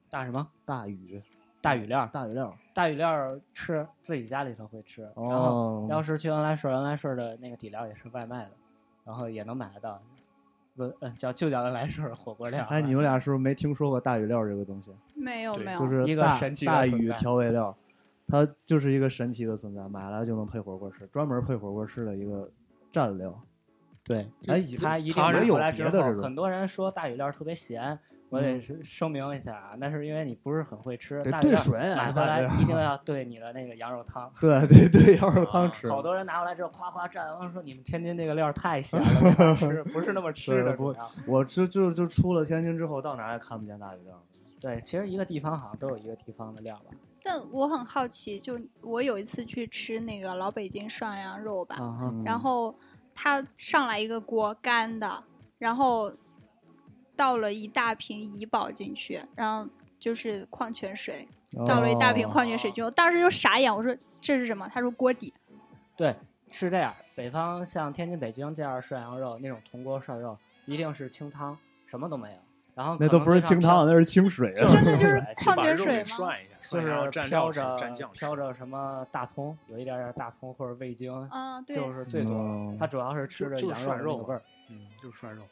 Speaker 1: 大什么？
Speaker 2: 大雨，
Speaker 1: 大雨料儿，
Speaker 2: 大雨料儿。
Speaker 1: 大雨料儿吃自己家里头会吃，然后要
Speaker 2: 哦，
Speaker 1: 是去恩来顺，恩来顺的那个底料也是外卖的，然后也能买得到。不，嗯，叫就叫恩来顺火锅料啊。
Speaker 2: 哎，你们俩是不是没听说过大雨料儿这个东西？
Speaker 3: 没有
Speaker 4: 对
Speaker 3: 没有，
Speaker 2: 就是
Speaker 1: 一个
Speaker 2: 大
Speaker 1: 神奇的
Speaker 2: 大
Speaker 1: 存
Speaker 2: 禹
Speaker 1: 在
Speaker 2: 调味料，它就是一个神奇的存在，买来就能配火锅吃，专门配火锅吃的一个蘸料。
Speaker 1: 对，
Speaker 2: 哎，
Speaker 1: 他一定
Speaker 4: 它
Speaker 1: 买
Speaker 4: 是
Speaker 1: 回
Speaker 2: 有
Speaker 1: 来
Speaker 2: 别
Speaker 1: 之
Speaker 2: 的
Speaker 1: 后
Speaker 2: 这，种
Speaker 1: 很多人说大雨料儿特别咸，我得
Speaker 2: 嗯
Speaker 1: 是声明一下啊，那是因为你不是很会吃。
Speaker 2: 得
Speaker 1: 大雨
Speaker 2: 兑
Speaker 1: 料儿
Speaker 2: 水
Speaker 1: 买回
Speaker 2: 大
Speaker 1: 来
Speaker 2: 雨料儿
Speaker 1: 一定要兑你的那个羊肉汤。
Speaker 2: 对对对，羊肉汤
Speaker 4: 啊
Speaker 1: 嗯
Speaker 2: 吃。
Speaker 1: 好多人拿回来之后夸夸蘸，然后说你们天津这个料儿太咸了，没法吃，不是那么吃的。
Speaker 2: 对不
Speaker 1: 主要
Speaker 2: 我就就就出了天津之后，到哪儿也看不见大雨量。
Speaker 1: 对，其实一个地方好像都有一个地方的料吧。
Speaker 3: 但我很好奇，就我有一次去吃那个老北京涮羊肉吧，
Speaker 1: 啊哈，
Speaker 2: 嗯
Speaker 3: 然后他上来一个锅干的，然后倒了一大瓶怡宝进去，然后就是矿泉水，倒了一大瓶
Speaker 2: 哦
Speaker 3: 矿泉水进去，我当时就傻眼，我说这是什么？他说锅底。
Speaker 1: 对，是这样。北方像天津、北京这样涮羊肉，那种铜锅涮肉，一定是清汤，什么都没有。然后
Speaker 2: 那
Speaker 1: 可
Speaker 2: 都
Speaker 1: 能
Speaker 2: 不是
Speaker 1: 最上
Speaker 2: 清
Speaker 1: 飘，
Speaker 2: 汤，那是清水
Speaker 1: 就
Speaker 2: 啊。
Speaker 1: 是
Speaker 3: 真的就是
Speaker 1: 水
Speaker 3: 矿
Speaker 4: 把
Speaker 3: 泉
Speaker 4: 肉
Speaker 3: 水
Speaker 4: 给
Speaker 3: 吗？
Speaker 4: 涮一下，
Speaker 1: 就
Speaker 4: 涮一下然后
Speaker 1: 是
Speaker 4: 蘸
Speaker 1: 飘
Speaker 4: 料吃，
Speaker 1: 着
Speaker 4: 蘸酱吃
Speaker 1: 飘着什么大葱，有一点点大葱或者味精，
Speaker 3: 啊，对，
Speaker 1: 就是最多的。
Speaker 2: 嗯
Speaker 1: 它主要是吃
Speaker 4: 就
Speaker 1: 着
Speaker 4: 就是
Speaker 1: 羊
Speaker 4: 涮
Speaker 1: 肉的那
Speaker 4: 肉
Speaker 1: 个
Speaker 4: 嘛
Speaker 1: 味儿。
Speaker 4: 嗯，就是涮肉。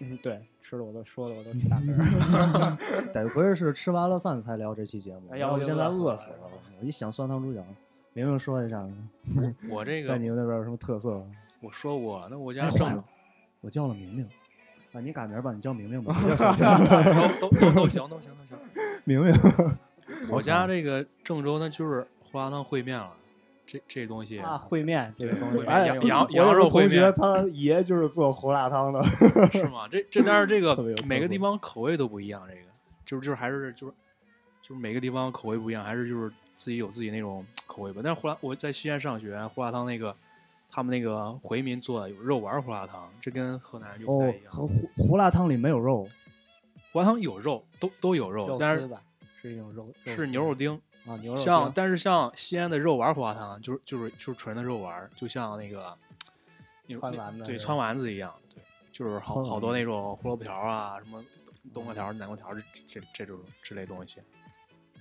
Speaker 1: 嗯，对，吃的我都说的 我都打嗝儿
Speaker 2: 得亏是吃完了饭才聊这期节目，
Speaker 1: 哎要
Speaker 2: 要
Speaker 1: 不
Speaker 2: 不
Speaker 1: 就
Speaker 2: 现在
Speaker 1: 饿
Speaker 2: 饿
Speaker 1: 死
Speaker 2: 死
Speaker 1: 了
Speaker 2: 了。我一想酸汤猪脚，明明说一下，
Speaker 4: 我这
Speaker 2: 在
Speaker 4: 个
Speaker 2: 你们那边有什么特色吗？
Speaker 4: 我说我那我
Speaker 2: 哎，
Speaker 4: 家正
Speaker 2: 坏了，我叫了明明。啊，你改名儿吧，你叫明明吧，不叫 小明
Speaker 4: 都都都都行都行 都行。
Speaker 2: 明明。
Speaker 4: 我家这个郑州那就是胡辣汤烩面了，这这东西
Speaker 1: 啊！烩面这个东西，
Speaker 4: 烩面
Speaker 1: 哎
Speaker 4: 羊
Speaker 1: 呦
Speaker 4: 羊
Speaker 2: 我
Speaker 4: 羊
Speaker 2: 有
Speaker 4: 肉
Speaker 2: 个同
Speaker 4: 烩
Speaker 2: 学
Speaker 4: 面
Speaker 2: 他爷就是做胡辣汤的，
Speaker 1: 哎
Speaker 4: 是吗？这这但是这 个
Speaker 2: 特别有特
Speaker 4: 每个地
Speaker 2: 色
Speaker 4: 方口味都不一样，这个就是就是还是就是就是每个地方口味不一样，还是就是自己有自己那种口味吧。但是胡辣我在西安上学，胡辣汤那个他们那个回民做的有肉丸胡辣汤，这跟河南就不太
Speaker 1: 哎
Speaker 2: 哦
Speaker 4: 一，样。
Speaker 2: 和胡胡辣汤里没有肉，
Speaker 4: 胡辣汤有肉，都都有肉，
Speaker 1: 肉
Speaker 4: 但
Speaker 1: 丝
Speaker 4: 是
Speaker 1: 吧，是一种肉，
Speaker 4: 是
Speaker 1: 丝
Speaker 4: 牛肉丁。
Speaker 1: 啊，牛肉
Speaker 4: 像
Speaker 1: 丁
Speaker 4: 但是像西安的肉丸胡辣汤，就是就是就是纯的肉丸，就像那个那种
Speaker 1: 川
Speaker 4: 那
Speaker 1: 丸子
Speaker 4: 对
Speaker 1: 是吧
Speaker 4: 川丸子一样，对，就是好
Speaker 2: 川
Speaker 4: 好
Speaker 2: 丸
Speaker 4: 多
Speaker 2: 子
Speaker 4: 那种胡萝卜条啊，什么冬瓜条、南瓜条这这这种之类东西。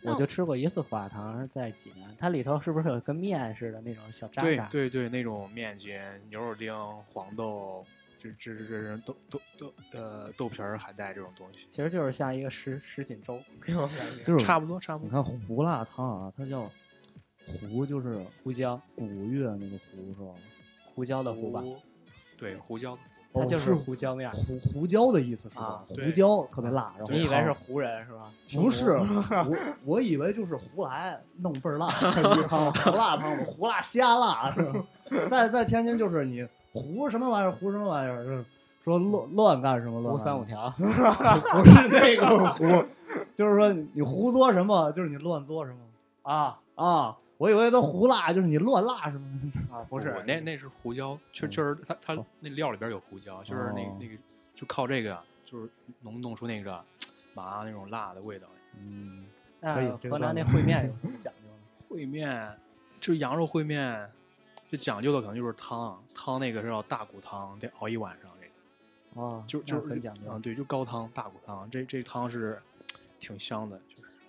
Speaker 1: 我就吃过一次胡辣汤，是在济南，它里头是不是有跟面似的那种小渣
Speaker 4: 对
Speaker 1: 渣？
Speaker 4: 对对，那种面筋、牛肉丁、黄豆，这这这这豆豆豆呃豆皮儿、海带这种东西，
Speaker 1: 其实就是像一个什什锦粥，给我感觉。
Speaker 2: 就是
Speaker 4: 差不多差不
Speaker 2: 你
Speaker 4: 多。
Speaker 2: 看胡辣汤啊，它叫胡就是
Speaker 1: 胡椒，
Speaker 2: 古月那个胡是吧？
Speaker 1: 胡椒的胡吧，
Speaker 4: 胡，对，胡椒的胡。
Speaker 1: 它
Speaker 2: 哦
Speaker 1: 就是胡椒面儿。
Speaker 2: 胡胡椒的意思是吧
Speaker 1: 啊？
Speaker 2: 胡
Speaker 4: 对
Speaker 2: 椒特别辣，然后
Speaker 1: 你以为
Speaker 2: 汤
Speaker 1: 是湖人是吧？
Speaker 2: 不是， 我我以为就是胡来弄倍儿辣，鱼汤胡辣汤嘛，胡辣瞎辣是吧？在在天津就是你胡什么玩意儿，胡什么玩意儿，就是说乱乱干什么乱
Speaker 1: 湖
Speaker 2: 干什
Speaker 1: 三
Speaker 2: 么
Speaker 1: 五 条，
Speaker 2: 不是那个胡，就是说你胡作什么，就是你乱作什么
Speaker 1: 啊
Speaker 2: 啊。我以为都胡辣，就是你乱辣 什么。
Speaker 1: 啊，不是嗯
Speaker 4: 那那是胡椒，确确实它
Speaker 1: 哦
Speaker 4: 它那料里边有胡椒，就是那
Speaker 2: 哦
Speaker 4: 那个就靠这个，就是能弄出那个麻那种辣的味道。
Speaker 2: 嗯，可以
Speaker 1: 那
Speaker 2: 这个
Speaker 1: 河南
Speaker 2: 段
Speaker 1: 那
Speaker 2: 子
Speaker 1: 烩 面有什么讲究呢？
Speaker 4: 烩面就羊肉烩面，就讲究的可能就是汤，汤那个是要大骨汤，得熬一晚上。这个
Speaker 1: 哦，
Speaker 4: 就就
Speaker 1: 那
Speaker 4: 是
Speaker 1: 很讲究
Speaker 4: 嗯，对，就高汤大骨汤，这这汤是挺香的，就是，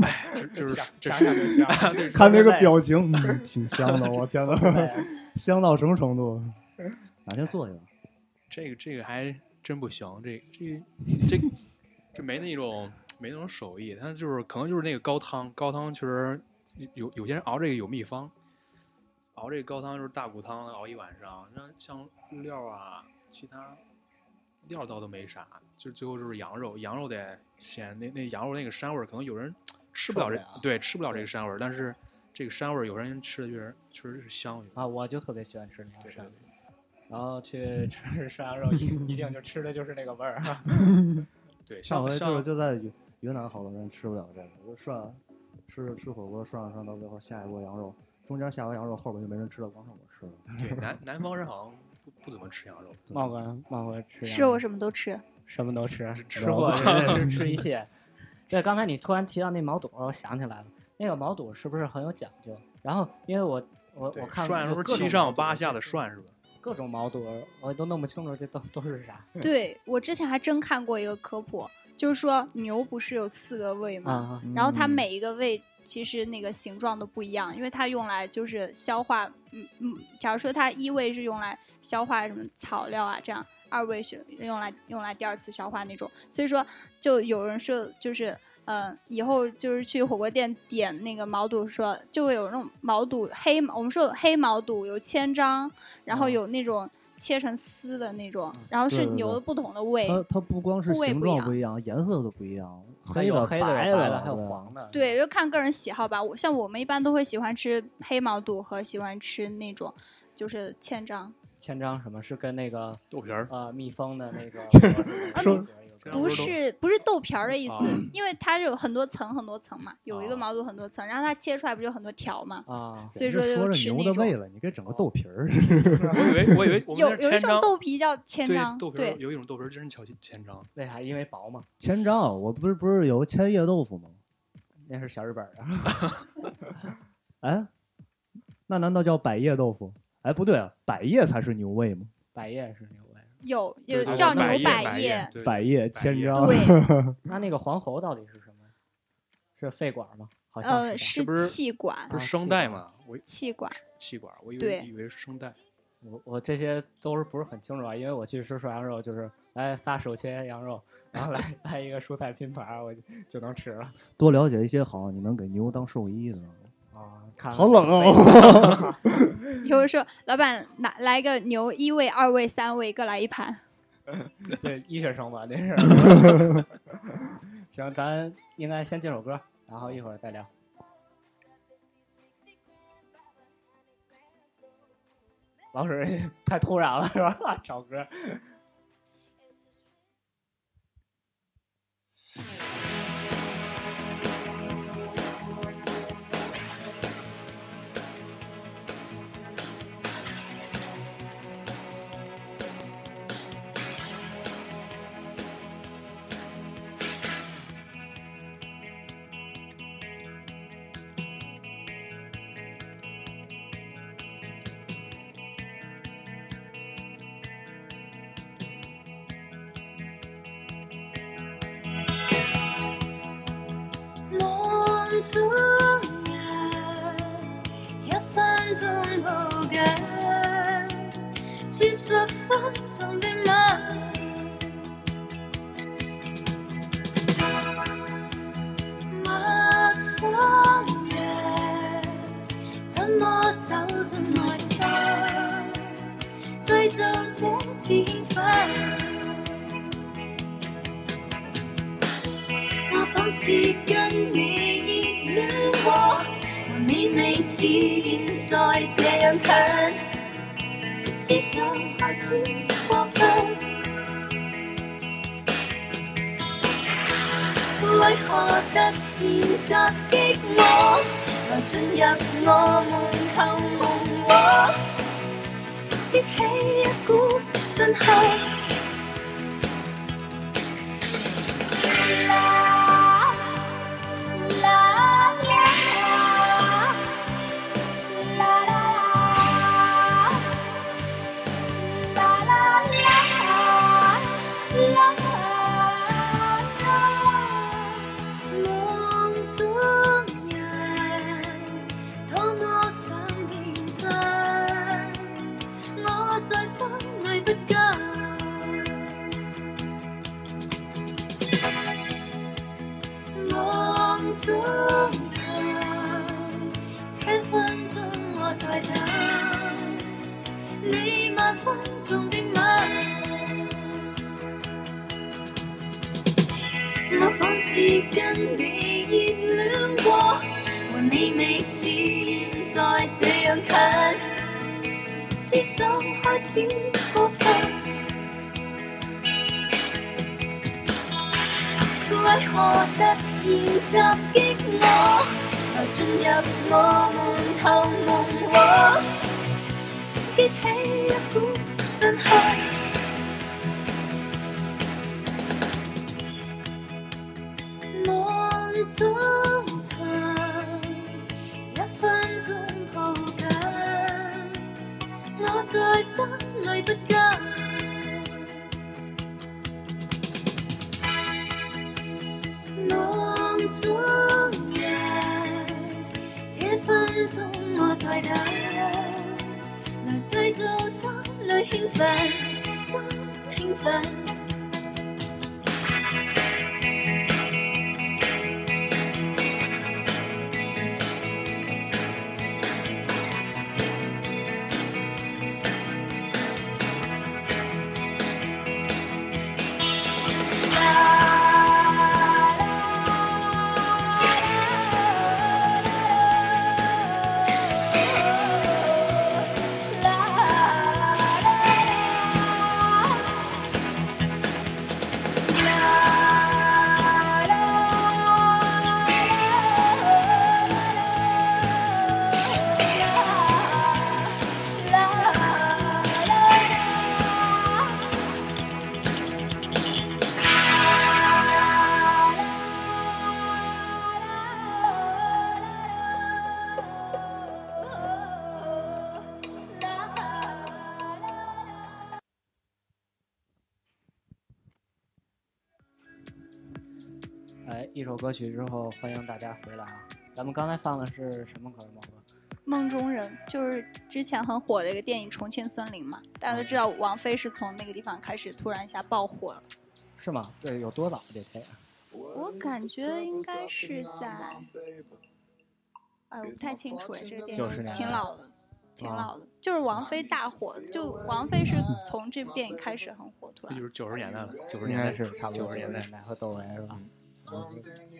Speaker 4: 哎，就就是
Speaker 1: 想
Speaker 4: 这
Speaker 1: 想
Speaker 4: 是
Speaker 1: 想就香
Speaker 4: 对
Speaker 2: 看那
Speaker 1: 现
Speaker 2: 个
Speaker 1: 在
Speaker 2: 表情，嗯挺香的，我天呐，
Speaker 1: 对啊
Speaker 2: 香到什么程度？哪天做一个？
Speaker 4: 这个这个还真不行，这这这这没那种没那种手艺，它就是可能就是那个高汤，高汤确实有有些人熬这个有秘方，熬这个高汤就是大骨汤熬一晚上，那像料啊，其他料倒都没啥，就最后就是羊肉，羊肉得鲜，那那羊肉那个膻味儿，可能有人吃不了这
Speaker 1: 受不了
Speaker 4: 对吃不了这个膻味儿，但是这个膻味儿有人吃的确实确实是香，
Speaker 1: 啊，我就特别喜欢吃那个
Speaker 4: 对
Speaker 1: 山药，然后去吃涮羊肉，一一定就吃的就是那个味儿。
Speaker 4: 对，像
Speaker 2: 上回就是
Speaker 4: 像
Speaker 2: 就在云云南，好多人吃不了这个，就涮吃吃火锅涮涮到最后下一锅羊肉，中间下锅羊肉后边就没人吃了，光剩我吃了。
Speaker 4: 对南南方人好像不不怎么吃羊肉。
Speaker 1: 茂哥，茂哥吃
Speaker 3: 是
Speaker 1: 羊
Speaker 3: 我
Speaker 1: 肉
Speaker 3: 什么都吃，
Speaker 1: 什么都吃，
Speaker 4: 只
Speaker 1: 吃
Speaker 4: 吃
Speaker 1: 货
Speaker 4: 过
Speaker 1: 吃吃吃一切。对，刚才你突然提到那毛肚，我想起来了，那个毛肚是不是很有讲究？然后因为我我
Speaker 4: 对
Speaker 1: 我看
Speaker 4: 涮
Speaker 1: 有
Speaker 4: 是不
Speaker 1: 各
Speaker 4: 是
Speaker 1: 种
Speaker 4: 七上
Speaker 1: 毛肚
Speaker 4: 八下的，涮是吧？
Speaker 1: 各种毛肚我都弄不清楚这都都是啥
Speaker 3: 对我之前还真看过一个科普，就是说牛不是有四个胃吗？
Speaker 1: 啊
Speaker 3: 然后它
Speaker 2: 嗯
Speaker 3: 每一个胃其实那个形状都不一样，因为它用来就是消化，嗯嗯，假如说它一胃是用来消化什么草料啊这样，二胃是用来用来第二次消化那种，所以说就有人说就是。嗯，以后就是去火锅店点那个毛肚说，就会有那种毛肚黑毛，我们说有黑毛肚有千张，然后
Speaker 1: 嗯
Speaker 3: 有那种切成丝的那种，然后是
Speaker 2: 啊嗯对对
Speaker 3: 牛
Speaker 2: 对
Speaker 3: 的不同的胃，
Speaker 2: 它它不光是
Speaker 3: 部位
Speaker 2: 形
Speaker 3: 不一
Speaker 2: 状
Speaker 3: 样
Speaker 2: 不一样，颜色都不一样，
Speaker 1: 还有
Speaker 2: 的、
Speaker 1: 黑
Speaker 2: 白
Speaker 1: 的、有白
Speaker 2: 的，啊
Speaker 1: 还有
Speaker 2: 对
Speaker 1: 黄的。
Speaker 3: 对，，就看个人喜好吧。我像我们一般都会喜欢吃黑毛肚和喜欢吃那种就是千张，
Speaker 1: 千张什么是跟那个
Speaker 4: 豆皮
Speaker 3: 啊
Speaker 4: 儿
Speaker 1: 呃蜜蜂的那个
Speaker 2: 说
Speaker 4: 千张
Speaker 3: 不
Speaker 4: 不是
Speaker 3: 是不是豆皮儿的意思，
Speaker 4: 啊
Speaker 3: 因为它是有很多层很多层嘛，有一个
Speaker 1: 啊
Speaker 3: 毛肚很多层，然后它切出来不就很多条嘛，
Speaker 1: 啊，
Speaker 3: 所以
Speaker 2: 这
Speaker 3: 就
Speaker 2: 说
Speaker 3: 吃
Speaker 2: 着牛
Speaker 3: 那
Speaker 2: 的胃
Speaker 3: 种。
Speaker 2: 了，你给整个豆皮儿，
Speaker 4: 我以为我以为我们
Speaker 3: 有
Speaker 4: 那
Speaker 3: 有一
Speaker 4: 千
Speaker 3: 种
Speaker 4: 张
Speaker 3: 豆皮叫千
Speaker 4: 对
Speaker 3: 张，
Speaker 4: 豆皮儿
Speaker 3: 对，
Speaker 4: 有一种豆皮儿真是叫千张，
Speaker 1: 为啥？因为薄嘛，
Speaker 2: 千张，我不是不是有千叶豆腐吗？
Speaker 1: 那是小日本儿的。
Speaker 2: 哎，那难道叫百叶豆腐？哎，不对啊，百叶才是牛胃吗？
Speaker 1: 百叶是牛胃，
Speaker 3: 有
Speaker 4: 对
Speaker 3: 有
Speaker 4: 对
Speaker 3: 叫
Speaker 4: 对
Speaker 3: 牛
Speaker 4: 百
Speaker 3: 百
Speaker 4: 叶
Speaker 3: 叶，，
Speaker 4: 对
Speaker 2: 百叶千
Speaker 4: 叶
Speaker 2: 张，
Speaker 3: 对，
Speaker 1: 那那个黄喉到底是什么？是肺管吗？好像
Speaker 3: 呃，
Speaker 1: 是吧
Speaker 3: 是
Speaker 4: 不是
Speaker 3: 气管，
Speaker 4: 不
Speaker 1: 啊
Speaker 4: 是声
Speaker 1: 气
Speaker 4: 带
Speaker 1: 管
Speaker 4: 吗？我
Speaker 3: 气管，
Speaker 4: 气管，我以为
Speaker 3: 对
Speaker 4: 以为是声带。
Speaker 1: 我我这些都是不是很清楚啊，因为我去吃涮羊肉就是来仨手切羊肉，然后来 来一个蔬菜拼盘儿，我就就能吃了。
Speaker 2: 多了解一些好，你能给牛当兽医呢。
Speaker 1: 啊，看
Speaker 2: 好冷 啊
Speaker 1: 啊！
Speaker 4: 嗯
Speaker 3: 以后说老板拿来个牛一位、二位、三位各来一盘。
Speaker 1: 这医学生吧，这是。 行，咱应该先进首歌，然后一会儿再聊。老史 太突然了是吧？ 找歌。
Speaker 5: 夢中人，一分鐘抱緊，接十分鐘的吻。陌生人，怎麼走進內心，製造這次興奮？我仿似跟你熱戀過，和你未似現在這樣近，思想開始過分。為何突然襲擊我，來進入我夢後夢話，激起一股震撼。啦啦啦啦啦啦啦啦啦啦夢中人，多麼想變真，我在心裏不甘。夢中尋，七分鐘我在等，你萬分鐘的吻，我仿似跟你熱戀過，和你未似現在這樣近，思想開始過分。為何突然襲擊我，來進入我夢頭夢話，激起一股震撼。夢中尋，一分鐘抱緊，我在心裏不甘。夢中人，這分鐘我在等，來製造心裏興奮，心興奮。
Speaker 1: 哎，一首歌曲之后，欢迎大家回来啊！咱们刚才放的是什么歌？猫哥，
Speaker 3: 梦中人就是之前很火的一个电影《重庆森林》嘛，大家都知道王菲是从那个地方开始突然一下爆火了。
Speaker 1: 是吗？对，有多早这啊电影？
Speaker 3: 我感觉应该是在，哎，我不太清楚哎，这个电
Speaker 1: 90
Speaker 3: 影
Speaker 1: 年代
Speaker 3: 挺老的，挺
Speaker 1: 啊
Speaker 3: 老的。就是王菲大火，就王菲是从这部电影开始很火，突
Speaker 4: 这就
Speaker 3: 然。
Speaker 4: 是九十年代了，九十
Speaker 1: 哎应
Speaker 4: 年
Speaker 1: 该
Speaker 4: 代
Speaker 1: 是差不多
Speaker 4: 九十年代。嗯
Speaker 1: 代和窦唯是吧？嗯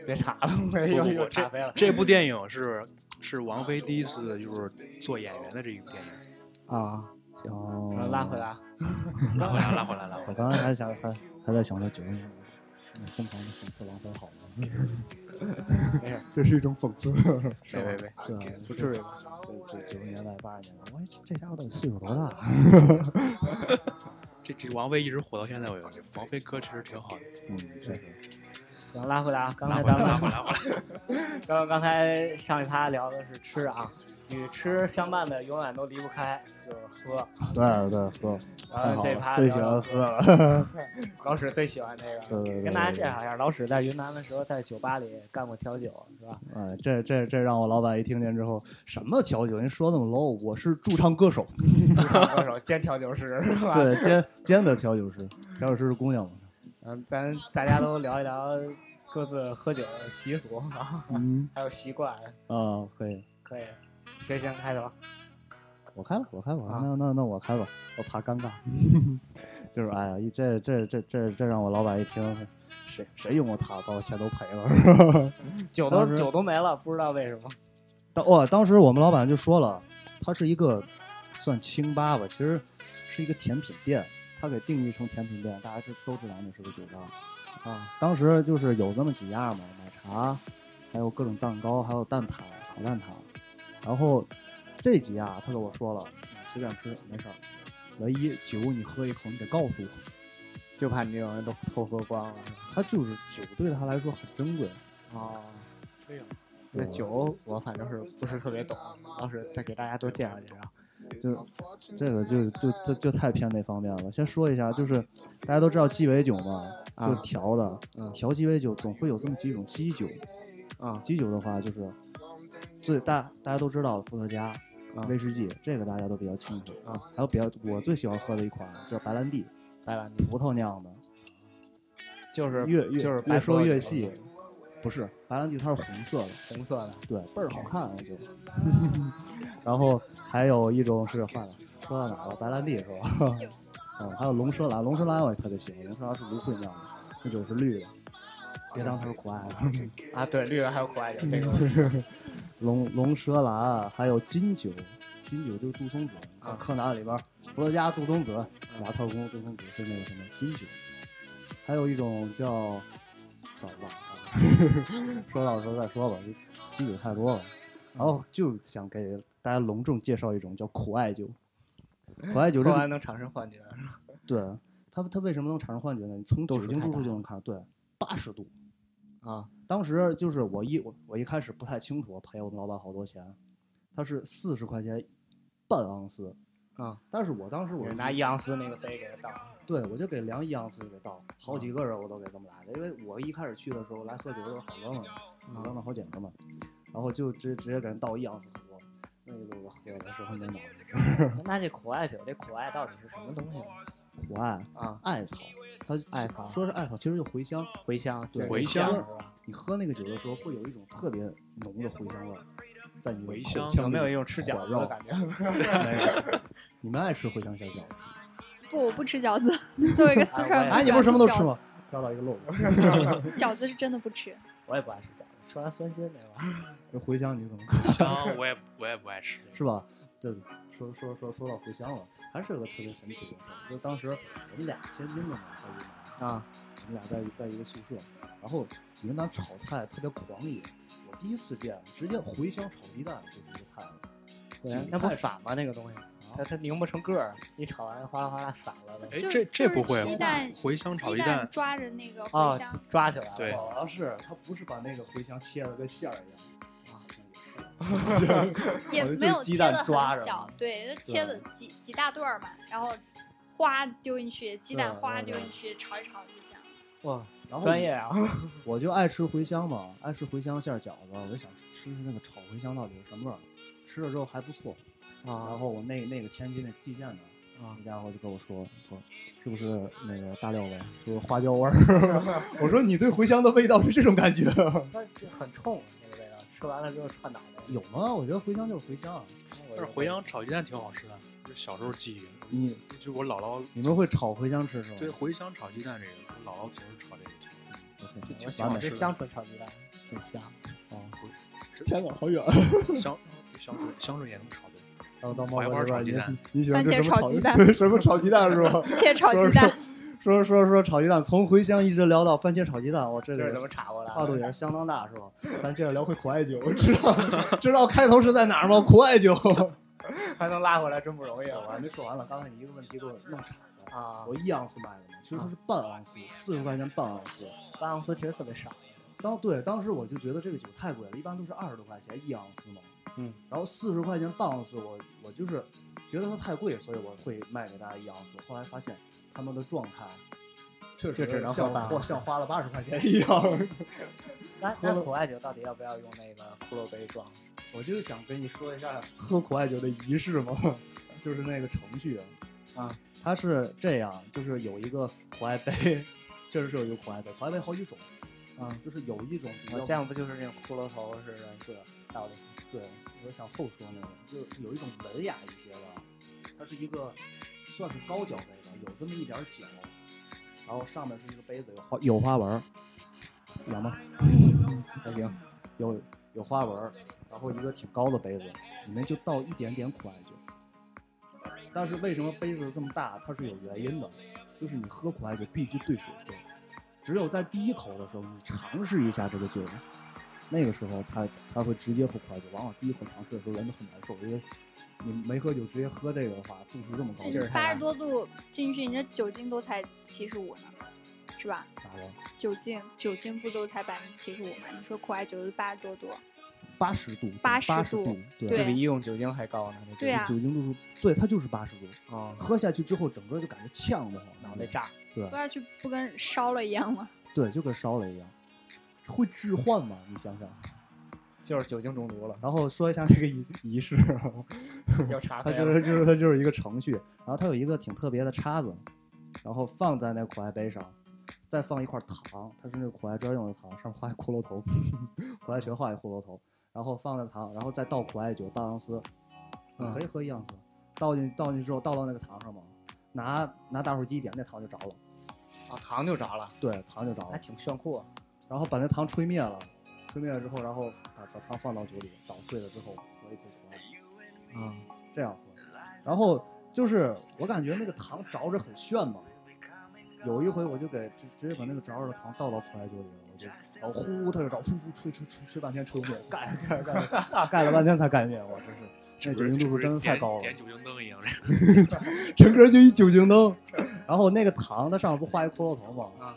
Speaker 1: 别查了，又
Speaker 4: 不
Speaker 1: 又
Speaker 4: 不
Speaker 1: 查飞了
Speaker 4: 这部电影是是王菲第一次就是做演员的这一部电影。
Speaker 1: 啊！
Speaker 2: 行，
Speaker 4: 嗯
Speaker 1: 然后拉回来啊，
Speaker 4: 拉回来，拉回来，拉回
Speaker 2: 哦我
Speaker 4: 来。
Speaker 2: 刚才还想还还在想着九十年代疯狂的讽刺王菲好 吗？
Speaker 1: 没事，
Speaker 2: 这是一种讽刺，
Speaker 4: 没没没，
Speaker 2: 对啊，
Speaker 1: 不至于吧。
Speaker 2: 这这九十年代八十年代，喂，这家伙到底岁数多大？啊
Speaker 4: 这这王菲一直火到现在，我觉得王菲歌其实挺好 的。
Speaker 2: 嗯，确实，
Speaker 1: 行，拉回来啊！刚
Speaker 4: 拉
Speaker 1: 才
Speaker 4: 回来，
Speaker 1: 咱
Speaker 4: 拉
Speaker 1: 们
Speaker 4: 回来，拉回来。
Speaker 1: 刚刚才上一趴聊的是吃啊，与吃相伴的永远都离不开就是喝。
Speaker 2: 对对，喝，太
Speaker 1: 然后
Speaker 2: 好
Speaker 1: 这
Speaker 2: 了，
Speaker 1: 趴
Speaker 2: 最
Speaker 1: 聊
Speaker 2: 喜
Speaker 1: 聊
Speaker 2: 欢喝
Speaker 1: 喝，
Speaker 2: 了。
Speaker 1: 老史最喜欢这个。
Speaker 2: 对对对，
Speaker 1: 跟大家介绍一下，老史在云南的时候，在酒吧里干过调酒，是吧？
Speaker 2: 哎，这这这让我老板一听见之后，什么调酒？您说那么 low，我是驻唱歌手，
Speaker 1: 驻唱歌手兼调酒师，是 吧？
Speaker 2: 对，兼兼的调酒师，调酒师是姑娘嘛？
Speaker 1: 嗯，咱大家都聊一聊各自喝酒的习俗， 然后
Speaker 2: 嗯，
Speaker 1: 还有习惯，
Speaker 2: 啊，可以，
Speaker 1: 可以。谁先开头？
Speaker 2: 我开吧，我开吧，
Speaker 1: 啊
Speaker 2: 那那那我开吧，我怕尴尬。就是哎呀，一这这这这这让我老板一听，谁谁用过他，把我钱都赔了。
Speaker 1: 酒
Speaker 2: 当
Speaker 1: 都
Speaker 2: 时
Speaker 1: 酒都没了，不知道为什么。
Speaker 2: 当哇，当时我们老板就说了，他是一个算清吧吧，其实是一个甜品店，他给定义成甜品店，大家知都知道那是个酒吧啊。当时就是有这么几样嘛，奶茶，还有各种蛋糕，还有蛋挞、烤蛋挞，然后这几样他跟我说了，你随便吃没事儿，唯一酒你喝一口你得告诉我，
Speaker 1: 就怕你这种人都偷喝光了。
Speaker 2: 他就是酒对他来说很珍贵。
Speaker 1: 哦，
Speaker 4: 这样，
Speaker 1: 这
Speaker 2: 对
Speaker 1: 酒我反正是不是特别懂，要是再给大家多介绍介绍。
Speaker 2: 就是
Speaker 5: 嗯
Speaker 2: 这个就就就就太偏那方面了。先说一下，就是大家都知道鸡尾酒嘛，
Speaker 1: 啊
Speaker 2: 就是调的，
Speaker 1: 嗯
Speaker 2: 调鸡尾酒总会有这么几种基酒。
Speaker 1: 啊
Speaker 2: 基酒的话，就是最大大家都知道的伏特加、
Speaker 1: 啊
Speaker 2: 威士忌，这个大家都比较清楚
Speaker 1: 啊。
Speaker 2: 还有比较我最喜欢喝的一款叫白兰地，
Speaker 1: 白兰地
Speaker 2: 葡萄酿的，
Speaker 1: 就是
Speaker 2: 越越
Speaker 1: 就是白
Speaker 2: 越说
Speaker 1: 葡萄
Speaker 2: 越
Speaker 1: 酒
Speaker 2: 细，不是白兰地它是红色的，
Speaker 1: 红色的
Speaker 2: 对，倍儿好看那就。然后还有一种是坏了，说到哪儿了？白兰地是吧？嗯，还有龙舌兰，龙舌兰我也特别喜欢，龙舌兰是芦荟酿的，那酒是绿的，别当它是苦艾了。
Speaker 1: 啊，对，绿的 还有可爱的这个我知道
Speaker 2: 龙龙舌兰，还有金酒，金酒就是杜松子
Speaker 1: 啊
Speaker 2: 柯南里边儿伏特加杜松子，俩特工杜松子是那个什么金酒，还有一种叫算了忘了，说到时候再说吧，这金酒太多了。然后就想给大家隆重介绍一种叫苦艾酒，苦艾酒这
Speaker 1: 喝
Speaker 2: 个
Speaker 1: 完能产生 幻觉，
Speaker 2: 对它它为什么能产生幻觉呢？你从
Speaker 1: 度
Speaker 2: 酒
Speaker 1: 数
Speaker 2: 精
Speaker 1: 太
Speaker 2: 度数
Speaker 1: 大
Speaker 2: 就能看，对，八十度。
Speaker 1: 啊
Speaker 2: 当时就是我一我我一开始不太清楚，我赔我们老板好多钱，他是四十块钱半盎司，
Speaker 1: 啊，
Speaker 2: 但是我当时我
Speaker 1: 我
Speaker 2: 是
Speaker 1: 拿一盎司那个杯给他倒，
Speaker 2: 对我就给量一盎司就给倒，
Speaker 1: 啊
Speaker 2: 好几个人我都给这么来的，因为我一开始去的时候来喝酒都是好哥们儿，
Speaker 1: 啊
Speaker 2: 好
Speaker 1: 嗯
Speaker 2: 哥们儿好姐们儿嘛，然后就直直接给人倒一盎司喝，那个我有的时候没脑子，
Speaker 1: 啊 那这苦艾酒，这苦艾到底是什么东西呢
Speaker 2: 苦艾
Speaker 1: 啊？
Speaker 2: 艾草，它
Speaker 1: 艾草
Speaker 2: 说是艾草，其实就茴香，
Speaker 1: 茴香，
Speaker 2: 对
Speaker 1: 茴
Speaker 4: 茴
Speaker 1: 香啊
Speaker 4: 香
Speaker 1: 是吧？
Speaker 2: 你喝那个酒的时候会有一种特别浓的茴香味儿，在你的
Speaker 4: 茴
Speaker 2: 口
Speaker 4: 香
Speaker 2: 腔
Speaker 1: 有没有
Speaker 2: 里
Speaker 1: 一种吃饺
Speaker 2: 火
Speaker 1: 子的
Speaker 2: 药
Speaker 1: 感觉？
Speaker 2: 没有， 你们爱吃茴香小饺子？
Speaker 3: 不，我不吃饺子。 作为一个四川人，
Speaker 1: 哎
Speaker 2: 哎，
Speaker 1: 你
Speaker 2: 你
Speaker 1: 不
Speaker 2: 不
Speaker 1: 是什
Speaker 2: 是什么都吃？吗？抓到一个漏洞。
Speaker 3: 饺子是真的不吃。
Speaker 1: 我也不爱吃饺子，吃完酸心那玩意儿。
Speaker 2: 这茴香你怎么看？
Speaker 4: 香我也我也不爱吃。
Speaker 2: 是吧？这说说说说到茴香了，还是有个特别神奇的事儿，就当时我们俩天津的嘛，在云 南
Speaker 1: 啊，
Speaker 2: 我们俩在在一个宿舍，然后云南炒菜特别狂野，我第一次见，直接茴香炒鸡蛋就是一个菜了。
Speaker 1: 对啊
Speaker 2: 韭，
Speaker 1: 那不
Speaker 2: 菜
Speaker 1: 散吗？那个东西，啊它它拧不成个儿，一炒完哗啦哗啦散了都
Speaker 4: 哎，
Speaker 3: 就是
Speaker 4: 这这不
Speaker 2: 啊
Speaker 4: 会
Speaker 3: 就是鸡蛋，
Speaker 4: 茴香炒
Speaker 3: 鸡
Speaker 4: 鸡蛋
Speaker 3: 蛋抓着那个茴
Speaker 1: 哦
Speaker 3: 香，，
Speaker 1: 抓起来了。
Speaker 4: 对
Speaker 2: 主要是他不是把那个茴香切了跟馅儿一样，啊，
Speaker 3: 也
Speaker 2: 好像
Speaker 3: 没
Speaker 2: 就是
Speaker 3: 有
Speaker 2: 鸡
Speaker 3: 切
Speaker 2: 蛋
Speaker 3: 的
Speaker 2: 抓
Speaker 3: 很
Speaker 2: 着
Speaker 3: 小，对，就切
Speaker 2: 对
Speaker 3: 的几几大段儿嘛，然后花丢进去，鸡蛋
Speaker 2: 对
Speaker 3: 花
Speaker 2: 对
Speaker 3: 丢
Speaker 2: 对
Speaker 3: 进去，炒一炒就这样。
Speaker 1: 哇，
Speaker 2: 然后
Speaker 1: 专业啊！
Speaker 2: 我就爱吃茴香嘛，爱吃茴香馅儿饺子，我就想吃吃那个炒茴香到底是什么味儿，吃了之后还不错。然
Speaker 1: 啊
Speaker 2: 后我那那个天津的蓟县的
Speaker 1: 啊
Speaker 2: 那家伙就跟我说说，是不是那个大料味儿，是不是花椒 味儿？我说你对茴香的味道是这种 感觉？
Speaker 1: 那这很冲啊那个味道，吃完了之后串脑袋。
Speaker 2: 有吗？我觉得茴香就是茴香。啊
Speaker 1: 但
Speaker 4: 但是茴香炒鸡蛋挺好吃的，就小时候记忆，
Speaker 2: 你
Speaker 4: 就我姥姥
Speaker 2: 你们会炒茴香吃是吗？
Speaker 4: 对茴香炒鸡蛋这个，我姥姥总是炒这个。
Speaker 2: OK，
Speaker 4: 挺
Speaker 2: 完
Speaker 4: 好
Speaker 1: 我
Speaker 2: 美
Speaker 4: 吃
Speaker 1: 是
Speaker 4: 的
Speaker 1: 香椿炒鸡蛋，很香。
Speaker 2: 哦，
Speaker 4: 这
Speaker 2: 天哪，好远！啊
Speaker 4: 香香水香水也能炒的，
Speaker 2: 还有到猫
Speaker 4: 槐
Speaker 2: 哥
Speaker 4: 花
Speaker 2: 这
Speaker 4: 炒鸡
Speaker 2: 边
Speaker 4: 蛋
Speaker 2: 你喜你喜欢
Speaker 3: 番
Speaker 2: 吃
Speaker 3: 茄
Speaker 2: 什么
Speaker 3: 炒鸡
Speaker 2: 蛋？
Speaker 3: 蛋
Speaker 2: 对，什么炒鸡蛋是吧？
Speaker 3: 一切炒
Speaker 2: 说
Speaker 3: 鸡蛋，
Speaker 2: 说说说炒鸡蛋，从茴香一直聊到番茄炒鸡蛋，我这
Speaker 1: 这是怎么
Speaker 2: 个
Speaker 1: 查过来？
Speaker 2: 跨度也是相当大，是吧？咱接着聊回苦艾酒，知道知道开头是在哪儿吗？苦艾酒，
Speaker 1: 还能拉回来，真不容易
Speaker 2: 哎我还
Speaker 1: 啊！
Speaker 2: 没说完了，刚才你一个问题给我弄岔了。
Speaker 1: 啊
Speaker 2: 我，一盎司卖的嘛，其实它是半盎司，四十块钱半盎司。
Speaker 1: 八盎司其实特别少。
Speaker 2: 当对当时我就觉得这个酒太贵了，一般都是二十多块钱一盎司嘛。
Speaker 1: 嗯。
Speaker 2: 然后四十块钱半盎司，我我就是觉得它太贵，所以我会卖给大家一盎司。后来发现他们的状态确
Speaker 1: 就只
Speaker 2: 实
Speaker 1: 能
Speaker 2: 像
Speaker 1: 喝半
Speaker 2: 我
Speaker 1: 盎司
Speaker 2: 像花哎了八十块钱一样。
Speaker 1: 那
Speaker 2: 喝
Speaker 1: 那
Speaker 2: 了
Speaker 1: 苦艾酒到底要不要用那个骷髅杯装？
Speaker 2: 我就想跟你说一下喝苦艾酒的仪式嘛，就是那个程序
Speaker 1: 啊，
Speaker 2: 它是这样，就是有一个苦艾杯， 确实是有一个苦艾杯，苦艾杯好几种，
Speaker 1: 啊，
Speaker 2: 就是有一种比
Speaker 1: 我
Speaker 2: 较
Speaker 1: 见过不就是那种骷髅头似的这个道理？
Speaker 2: 对，我想后说那个，就是有一种文雅一些的，它是一个算是高脚杯吧，有这么一点儿酒，然后上面是一个杯子，有花有花纹儿，有吗？还行，有有花纹儿，然后一个挺高的杯子，里面就倒一点点苦艾酒。但是为什么杯子这么大？它是有原因的，就是你喝苦艾酒必须兑水喝，只有在第一口的时候，你尝试一下这个酒，那个时候才才会直接喝苦艾酒。往往第一口尝试的时候人都很难受，因为你没喝酒直接喝这个的话，度数这么高，
Speaker 1: 劲儿太大
Speaker 3: 八十多度进去，你的酒精都才七十五呢，是吧？
Speaker 2: 咋了？
Speaker 3: 酒精酒精不都才百分之七十五吗？你说苦艾酒是八十多度，
Speaker 2: 八十度，
Speaker 3: 80
Speaker 2: 八十
Speaker 3: 度
Speaker 2: 度，
Speaker 1: 这
Speaker 3: 对
Speaker 1: 比医用酒精还高呢。那
Speaker 3: 对啊
Speaker 2: 酒精度数，对，它就是八十度。
Speaker 1: 酒啊，
Speaker 2: 喝下去之后，整个就感觉呛得慌，
Speaker 1: 脑袋炸。
Speaker 2: 对
Speaker 3: 喝下去不跟烧了一样吗？
Speaker 2: 对，就跟烧了一样，会置换吗？你想想。
Speaker 1: 就是酒精中毒了
Speaker 2: ，然后说一下这个仪仪式，啊
Speaker 1: 要查
Speaker 2: 它
Speaker 1: 出来了
Speaker 2: 就是就是它就是一个程序，然后它有一个挺特别的叉子，然后放在那苦艾杯上，再放一块糖，它是那个苦艾专用的糖，上面画一骷髅头， 苦艾全画一骷髅头，然后放在糖，然后再倒苦艾酒半盎司，
Speaker 1: 嗯
Speaker 2: 你可以喝一盎司，倒进倒进去之后倒到那个糖上嘛，拿拿打火机一点，那糖就着了，
Speaker 1: 啊，糖就着了，
Speaker 2: 对，糖就着
Speaker 1: 还
Speaker 2: 了，
Speaker 1: 挺炫酷啊。
Speaker 2: 然后把那糖吹灭了，吹灭了之后，然后把把糖放到酒里，捣碎了之后喝一口苦艾。
Speaker 1: 嗯
Speaker 2: 这样喝。然后就是我感觉那个糖着着很炫嘛，有一回我就给直直接把那个着着的糖倒到苦艾酒里了，我就然后呼呼它就着，呼呼吹吹吹吹半天吹不灭，盖盖盖盖了半天才盖灭，我真是那酒精度数真的太高了
Speaker 4: 点，酒精灯一样。
Speaker 2: 整个就一酒精灯。然后那个糖它上面不画一骷髅头吗？
Speaker 1: 啊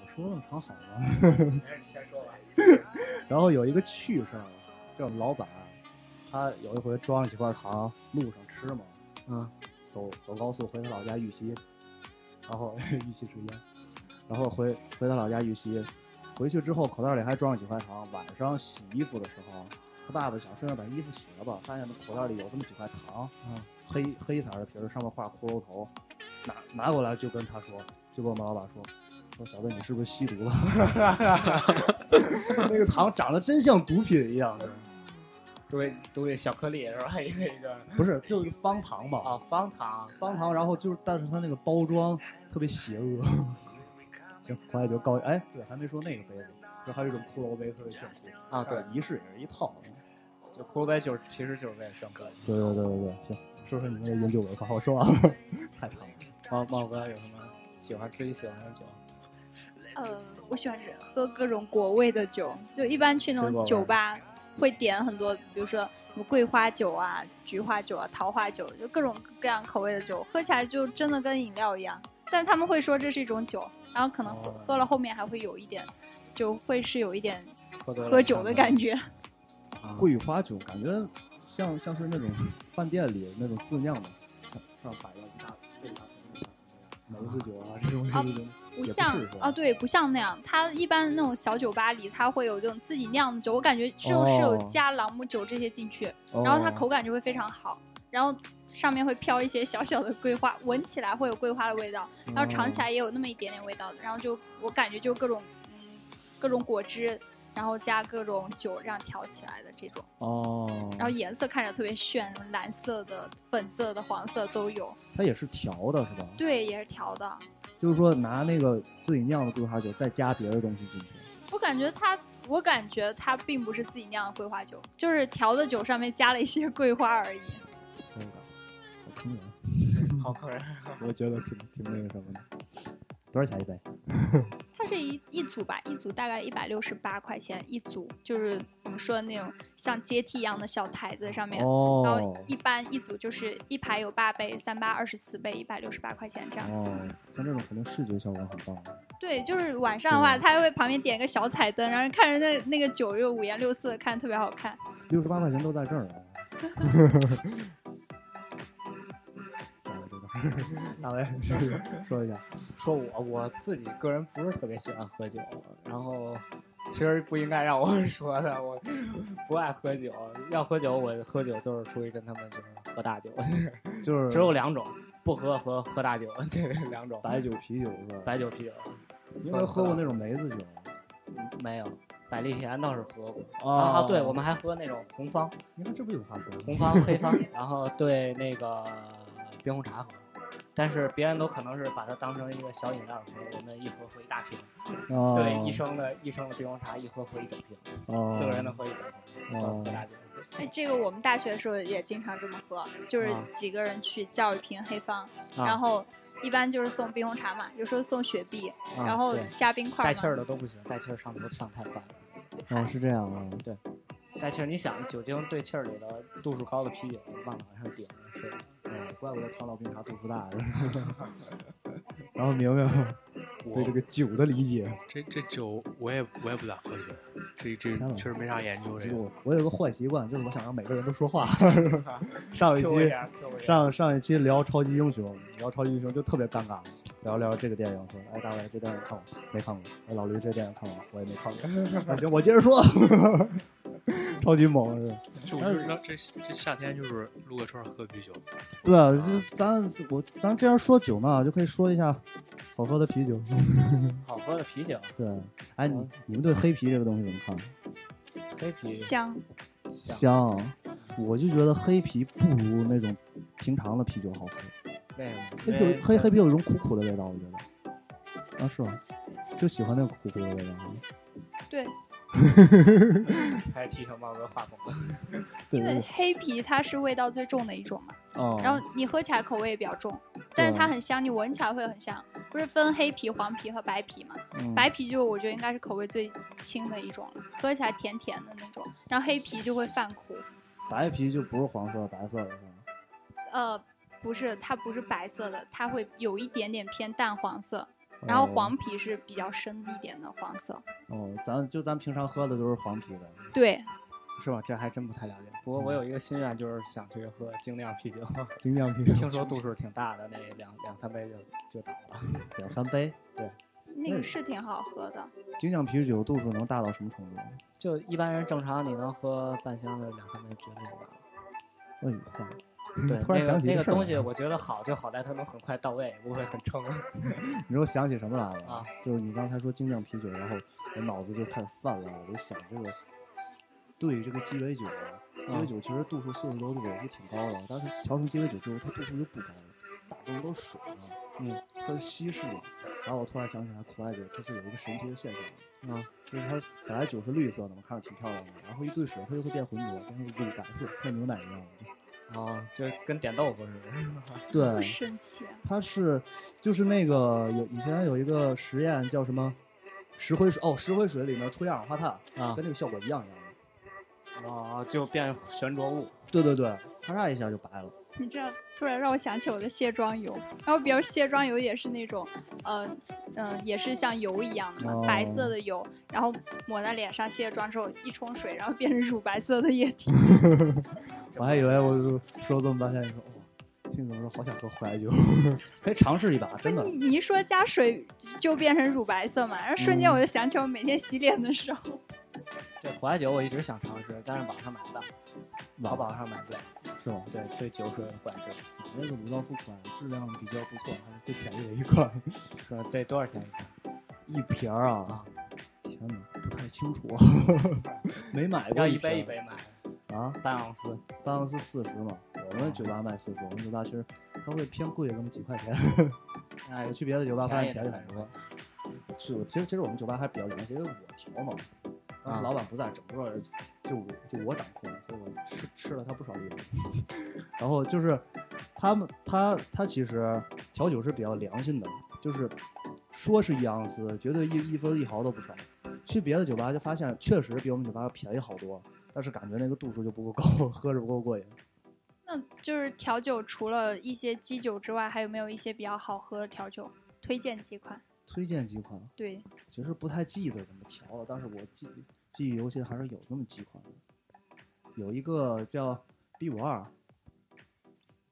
Speaker 2: 我说那么长好吗？
Speaker 1: 没事，你先说吧。
Speaker 2: 然后有一个趣事儿，就是我们老板，他有一回装了几块糖，路上吃嘛，
Speaker 1: 嗯，
Speaker 2: 走走高速回他老家玉溪，然后 玉溪抽烟，然后回回他老家玉溪，回去之后口袋里还装了几块糖，晚上洗衣服的时候，他爸爸想顺便把衣服洗了吧，发现那口袋里有这么几块糖，
Speaker 1: 嗯，
Speaker 2: 黑黑色的皮儿，上面画骷髅头，拿拿过来就跟他说，就跟我们老板说。说小子，你是不是吸毒了？ 那个糖长得真像毒品一样，的。
Speaker 1: 对对，小颗粒是吧？ 一个一个
Speaker 2: 不是，就是方糖嘛，
Speaker 1: 啊，方糖，
Speaker 2: 方糖，然后就是，但是它那个包装特别邪恶。 行，苦艾酒高，哎，对，还没说那个杯子，这还有一种骷髅杯特别炫酷
Speaker 1: 啊对，
Speaker 2: 仪式也是一套。
Speaker 1: 就骷髅杯就是其实就是为了炫酷。
Speaker 2: 对对对对对，行，说说你们的研究文化，我说完了， 太长了。
Speaker 1: 猫猫哥有什么喜欢自己喜欢的酒？
Speaker 3: 呃，我喜欢是喝各种果味的酒，就一般去那
Speaker 1: 水果
Speaker 3: 种
Speaker 1: 味
Speaker 3: 酒吧会点很多，比如说什么桂花酒啊、菊花酒啊、桃花酒，就各种各样口味的酒，喝起来就真的跟饮料一样。但他们会说这是一种酒，然后可能喝,、
Speaker 1: 哦
Speaker 3: 喝了后面还会有一点，就会是有一点
Speaker 1: 喝多了
Speaker 3: 喝酒的感
Speaker 1: 觉。
Speaker 3: 觉。
Speaker 1: 啊
Speaker 2: 桂花酒感觉像像是那种饭店里那种
Speaker 3: 哦
Speaker 2: 自酿的，上上摆了一大这一大桶那一大桶那一大桶每一次酒啊这种这种这种
Speaker 3: 不像
Speaker 2: 也不是是吧
Speaker 3: 啊，对，不像那样。它一般那种小酒吧里，它会有这种自己酿的酒，我感觉就是有
Speaker 2: 哦
Speaker 3: 加朗姆酒这些进去，
Speaker 2: 哦
Speaker 3: 然后它口感就会非常好，然后上面会飘一些小小的桂花，闻起来会有桂花的味道，然后尝起来也有那么一点点味道，然后就我感觉就各种嗯各种果汁，然后加各种酒这样调起来的这种，
Speaker 2: 哦，
Speaker 3: 然后颜色看着特别炫，什么蓝色的、粉色的、黄色都有，
Speaker 2: 它也是调的是吧？
Speaker 3: 对，也是调的。
Speaker 2: 就是说拿那个自己酿的桂花酒再加别的东西进去。
Speaker 3: 我感觉它，我感觉它并不是自己酿的桂花酒，就是调的酒上面加了一些 桂花而已。
Speaker 2: 香港，我听人，啊
Speaker 1: 好客人。
Speaker 2: 我觉得挺挺那个什么的。多少钱一杯？
Speaker 3: 它是一一组吧，一组大概一百六十八块钱一组，就是我们说的那种像阶梯一样的小台子上面，然后
Speaker 2: 哦
Speaker 3: 一般一组就是一排有八杯，三八二十四杯，一百六十八块钱这样子。
Speaker 2: 哦，像这种肯定视觉效果很棒啊的。
Speaker 3: 对，就是晚上的话，它会旁边点个小彩灯，然后看着那那个酒又五颜六色，看着特别好看。
Speaker 2: 六十八块钱都在这儿 啊！大卫这边大卫说一下，
Speaker 1: 说我我自己个人不是特别喜欢喝酒，然后其实不应该让我 说的，我不爱喝酒。要喝酒，我喝酒就是出去跟他们就是喝大 酒，
Speaker 2: 就是
Speaker 1: 只有两种，不喝和喝大酒，这两种。
Speaker 2: 白酒、啤酒是吧？
Speaker 1: 白酒、啤酒
Speaker 2: 你有没有喝过那种梅子酒？
Speaker 1: 没有，百利甜倒是喝过。
Speaker 2: 哦
Speaker 1: 啊啊，对，我们还喝那种红方、
Speaker 2: 你看这不有话说
Speaker 1: 红方、黑方，然后兑那个冰红茶喝。但是别人都可能是把它当成一个小饮料喝，我们一喝喝一大瓶。
Speaker 2: 吗？
Speaker 1: 对，一升的一升的冰红茶，一喝喝一整瓶。
Speaker 2: 哦，
Speaker 1: 四个人能喝一杯，
Speaker 2: 哦
Speaker 1: 喝大酒。
Speaker 3: 哎，这个我们大学的时候也经常这么喝，就是
Speaker 1: 啊
Speaker 3: 几个人去叫一瓶黑方，
Speaker 1: 啊
Speaker 3: 然后一般就是送冰红茶嘛，有时候送雪碧，
Speaker 1: 啊
Speaker 3: 然后
Speaker 1: 对
Speaker 3: 加冰块
Speaker 1: 带
Speaker 3: 嘛。
Speaker 1: 气儿的都不行，带气儿上头上太快了。
Speaker 2: 哦，是这样啊。
Speaker 1: 带气儿，你想酒精对气儿里的度数高的啤酒往脑上顶，是吧
Speaker 2: 嗯，怪不得糖尿病啥度数大。 然后明明对这
Speaker 4: 我
Speaker 2: 个酒的理解，
Speaker 4: 这这酒我也我也不咋喝酒，这这
Speaker 2: 真的吗
Speaker 4: 确实没啥研究这个。
Speaker 2: 我我有个坏习惯，就是我想让每个人都说话。 上一
Speaker 1: Q 我一
Speaker 2: 期
Speaker 1: 点儿，Q 我一点儿。
Speaker 2: 上上一期聊超级英雄，聊超级英雄就特别尴尬，聊聊这个电影，说哎大卫这电影看过吗没看过？哎老驴这电影看过吗我也没看过。 哎那行我接着说，超级猛是吧。
Speaker 4: 就我就是那这这夏天就是撸个串儿喝啤酒，
Speaker 2: 对啊，就是咱我咱这样说酒呢，就可以说一下好喝的啤酒。
Speaker 1: 好喝的啤酒，
Speaker 2: 对，哎
Speaker 1: 嗯
Speaker 2: 你你们对黑啤这个东西怎么看？
Speaker 1: 黑啤
Speaker 3: 香，
Speaker 1: 香，
Speaker 2: 香，我就觉得黑啤不如那种平常的啤酒好喝。
Speaker 1: 为什么？因
Speaker 2: 黑啤
Speaker 1: 为
Speaker 2: 有黑黑啤有一种苦苦的味道，我觉得。啊，是吗？就喜欢那个苦苦的味道。
Speaker 3: 对，
Speaker 1: 还提醒帽哥话筒了。
Speaker 2: 对
Speaker 3: 因为黑啤它是味道最重的一种嘛，
Speaker 2: 嗯哦，
Speaker 3: 然后你喝起来口味也比较重，但是它很香，你闻起来会很香。不是分黑啤、黄啤和白啤嘛？
Speaker 2: 嗯
Speaker 3: 白啤就我觉得应该是口味最轻的一种了，喝起来甜甜的那种，然后黑啤就会犯苦。
Speaker 2: 白啤就不是黄色、白色的是吗？
Speaker 3: 呃，不是，它不是白色的，它会有一点点偏淡黄色，然后
Speaker 2: 哦
Speaker 3: 黄皮是比较深一点的黄色。
Speaker 2: 哦，咱就咱平常喝的都是黄啤的。
Speaker 3: 对，
Speaker 1: 是吗？这还真不太了解。不过我有一个心愿，就是想去喝精酿啤酒，
Speaker 2: 精酿啤
Speaker 1: 听说度数挺大的，那两两三杯就就倒了。
Speaker 2: 两三杯，嗯
Speaker 3: 那个是挺好喝的。
Speaker 2: 精酿啤酒度数能大到什么程度？
Speaker 1: 就一般人正常，你能喝半箱的两三杯绝对不完。
Speaker 2: 哎呦，话
Speaker 1: 对，
Speaker 2: 突然
Speaker 1: 那个
Speaker 2: 想起一
Speaker 1: 那
Speaker 2: 个
Speaker 1: 个
Speaker 2: 事儿
Speaker 1: 东
Speaker 2: 来
Speaker 1: 西，我觉得好就好在它能很快到位，不会很撑。
Speaker 2: 你知道想起什么来了？
Speaker 1: 啊
Speaker 2: 就是你刚才说精酿啤酒，然后我脑子就开始泛滥，我就想这个对这个鸡尾酒啊，鸡尾
Speaker 1: 啊
Speaker 2: 酒其实度数四十多度也挺高的，但是调成鸡尾酒之后，它度数就不高了，大部分都是水啊，
Speaker 1: 嗯，
Speaker 2: 它稀释了。然后我突然想起来，苦艾酒它是有一个神奇的现象的，
Speaker 1: 啊，
Speaker 2: 就是它本来酒是绿色的嘛，看着挺漂亮的，然后一兑水它就会变浑浊，变成一个白色，像牛奶一样的。
Speaker 1: 哦，就跟点豆腐似的。
Speaker 2: 对
Speaker 3: 不，生气啊，
Speaker 2: 它是就是那个有以前有一个实验叫什么石灰水哦，石灰水里面出一氧化碳，
Speaker 1: 啊
Speaker 2: 跟那个效果一样一样 的。
Speaker 1: 哦，就变悬浊物。
Speaker 2: 对对对，咔嚓一下就白了。
Speaker 3: 你这样突然让我想起我的卸妆油，然后比如卸妆油也是那种，呃，嗯、也是像油一样的嘛，白色
Speaker 2: 哦
Speaker 3: 的油，然后抹在脸上卸妆之后一冲水，然后变成乳白色的液体。
Speaker 2: 我还以为我就说这么半天，你说哇，哦听怎么说，好想喝 怀酒，可以尝试一把，
Speaker 3: 不
Speaker 2: 真的啊
Speaker 3: 是。你你一说加水就变成乳白色嘛，然后瞬间
Speaker 2: 嗯
Speaker 3: 我就想起我每天洗脸的时候，
Speaker 1: 对，苦艾酒我一直想尝试，但是网上买不到，淘
Speaker 2: 好
Speaker 1: 宝上买不到。
Speaker 2: 是吗？
Speaker 1: 对，对酒水有管制，
Speaker 2: 那个鲁道夫款质量比较不错，还是最便宜的一款，
Speaker 1: 说对多少钱一瓶？
Speaker 2: 哎一瓶儿啊
Speaker 1: 啊，
Speaker 2: 天哪，不太 清楚，没买过。
Speaker 1: 要一杯一杯买，
Speaker 2: 啊，
Speaker 1: 半盎司。
Speaker 2: 半盎司四十嘛，我们酒吧卖四十，我们酒吧其实它会偏贵那么几块钱。
Speaker 1: 哎
Speaker 2: 我，去别的酒吧发现
Speaker 1: 便
Speaker 2: 便
Speaker 1: 宜
Speaker 2: 宜
Speaker 1: 的
Speaker 2: 很多。是，我其实其实我们酒吧还比较有意思，因为我调嘛，当
Speaker 1: 啊
Speaker 2: 时老板不在，整个就我就我掌控，所以我吃吃了他不少利润。 然后就是他们他他其实调酒是比较良心的，就是说是一盎司，绝对一一分一毫都不少。去别的酒吧就发现确实比我们酒吧便宜好多，但是感觉那个度数就不够高， 喝着不够过瘾。
Speaker 3: 那就是调酒，除了一些基酒之外，还有没有一些比较好喝的调酒？推荐几款？
Speaker 2: 推荐几款，
Speaker 3: 对，
Speaker 2: 其实不太记得怎么调了，但是我记记忆犹新，还是有那么几款的。有一个叫 B 五二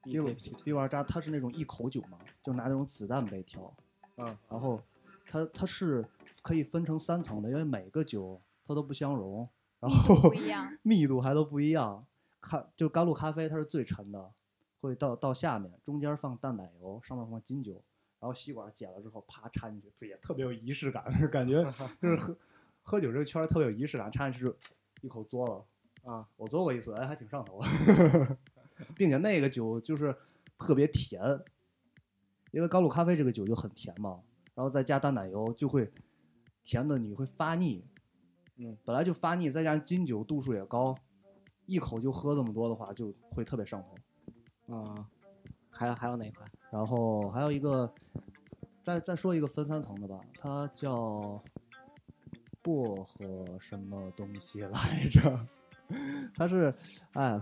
Speaker 2: ，B 五 B 五二扎，它是那种一口酒嘛，就拿那种子弹杯调，
Speaker 1: 嗯，
Speaker 2: 然后它它是可以分成三层的，因为每个酒它都不相容，然后
Speaker 3: 不一样。
Speaker 2: 密度还都不一样。咖就甘露咖啡它是最沉的，会到到下面，中间放淡奶油，上面放金酒，然后吸管剪了之后啪插进去，这也特别有仪式感， 感觉就是喝喝酒这个圈儿特别有仪式感，插进去就一口嘬了。
Speaker 1: 啊，
Speaker 2: 我嘬过一次，哎，还挺上头， 并且那个酒就是特别甜，因为高露咖啡这个酒就很甜嘛，然后再加淡奶油就会甜的你会发腻，
Speaker 1: 嗯，
Speaker 2: 本来就发腻，再加上金酒度数也高，一口就喝这么多的话就会特别上头。
Speaker 1: 嗯，还有还有哪款？
Speaker 2: 然后还有一个，再再说一个分三层的吧，它叫薄荷什么东西来着？ 它是，哎，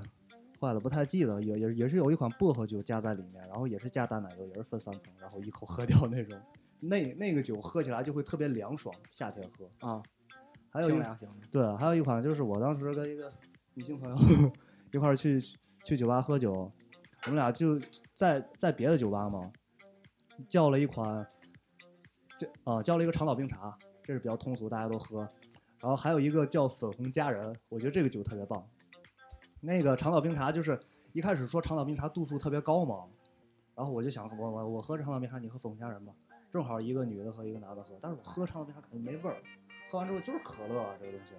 Speaker 2: 坏了，不太记得，也也也是有一款薄荷酒加在里面，然后也是加淡奶油，也是分三层，然后一口喝掉那种。那那个酒喝起来就会特别凉爽，夏天喝。
Speaker 1: 啊，
Speaker 2: 还有一
Speaker 1: 清
Speaker 2: 个
Speaker 1: 凉型的。
Speaker 2: 对，还有一款就是我当时跟一个女性朋友 一块儿去去酒吧喝酒，我们俩就在在别的酒吧嘛，叫了一款，叫啊、叫了一个长岛冰茶，这是比较通俗，大家都喝。然后还有一个叫粉红佳人，我觉得这个酒特别棒。那个长岛冰茶就是一开始说长岛冰茶度数特别高嘛，然后我就想我我我喝长岛冰茶，你喝粉红佳人吧，正好一个女的和一个男的喝，但是我喝长岛冰茶感觉没味儿，喝完之后就是可乐、啊、这个东西，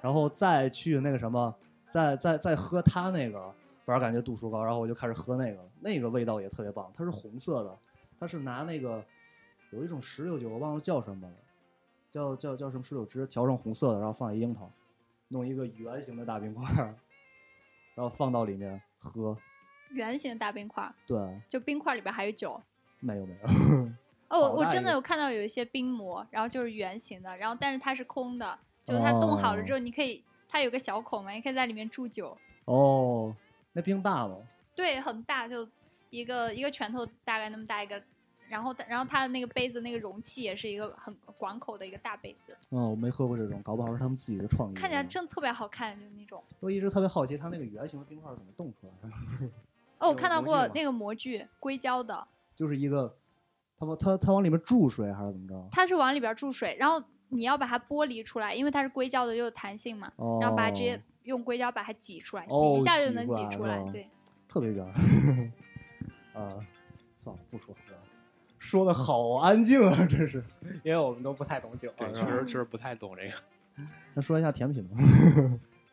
Speaker 2: 然后再去那个什么，再再再喝它那个，反而感觉度数高，然后我就开始喝那个了，那个味道也特别棒，它是红色的，它是拿那个有一种石榴酒，我忘了叫什么了，叫叫叫什么石榴汁，调成红色的，然后放一樱桃，弄一个圆形的大冰块儿，然后放到里面喝，
Speaker 3: 圆形的大冰块，
Speaker 2: 对，
Speaker 3: 就冰块里边还有酒。
Speaker 2: 没有没有。
Speaker 3: 哦，我
Speaker 2: 好
Speaker 3: 我
Speaker 2: 大
Speaker 3: 真
Speaker 2: 一
Speaker 3: 的
Speaker 2: 个
Speaker 3: 有看到有一些冰膜，然后就是圆形的，然后但是它是空的，就是它冻好了之后，你可以它有个小孔嘛，你可以在里面注酒。
Speaker 2: 哦，那冰大吗？
Speaker 3: 对，很大，就一个一个拳头大概那么大一个，然后然后它的那个杯子那个容器也是一个很广口的一个大杯子，
Speaker 2: 嗯，我没喝过这种，搞不好是他们自己的创意。啊
Speaker 3: 看起来真的特别好看，就是那种。
Speaker 2: 我一直特别好奇，它那个圆形的冰块是怎么冻出来的？
Speaker 3: 哦，我
Speaker 2: 有
Speaker 3: 看到
Speaker 2: 模具
Speaker 3: 过
Speaker 2: 吗
Speaker 3: 那个模具，硅胶的，
Speaker 2: 就是一个，它往它它往里面注水还是怎么着？
Speaker 3: 它是往里边注水，然后你要把它剥离出来，因为它是硅胶的，又有弹性嘛，
Speaker 2: 哦，
Speaker 3: 然后把它直接用硅胶把它挤出来，
Speaker 2: 哦
Speaker 3: 挤一下
Speaker 2: 挤
Speaker 3: 就能
Speaker 2: 出
Speaker 3: 挤
Speaker 2: 来
Speaker 3: 出
Speaker 2: 是
Speaker 3: 来。
Speaker 2: 吧
Speaker 3: 对，
Speaker 2: 特别圆。啊，算了，不说喝了，说的好安静啊，真是。
Speaker 1: 因为我们都不太懂酒，
Speaker 4: 对，
Speaker 1: 是
Speaker 4: 确
Speaker 1: 吧
Speaker 2: 嗯
Speaker 4: 实确实不太懂这个。
Speaker 2: 那说一下甜品吧，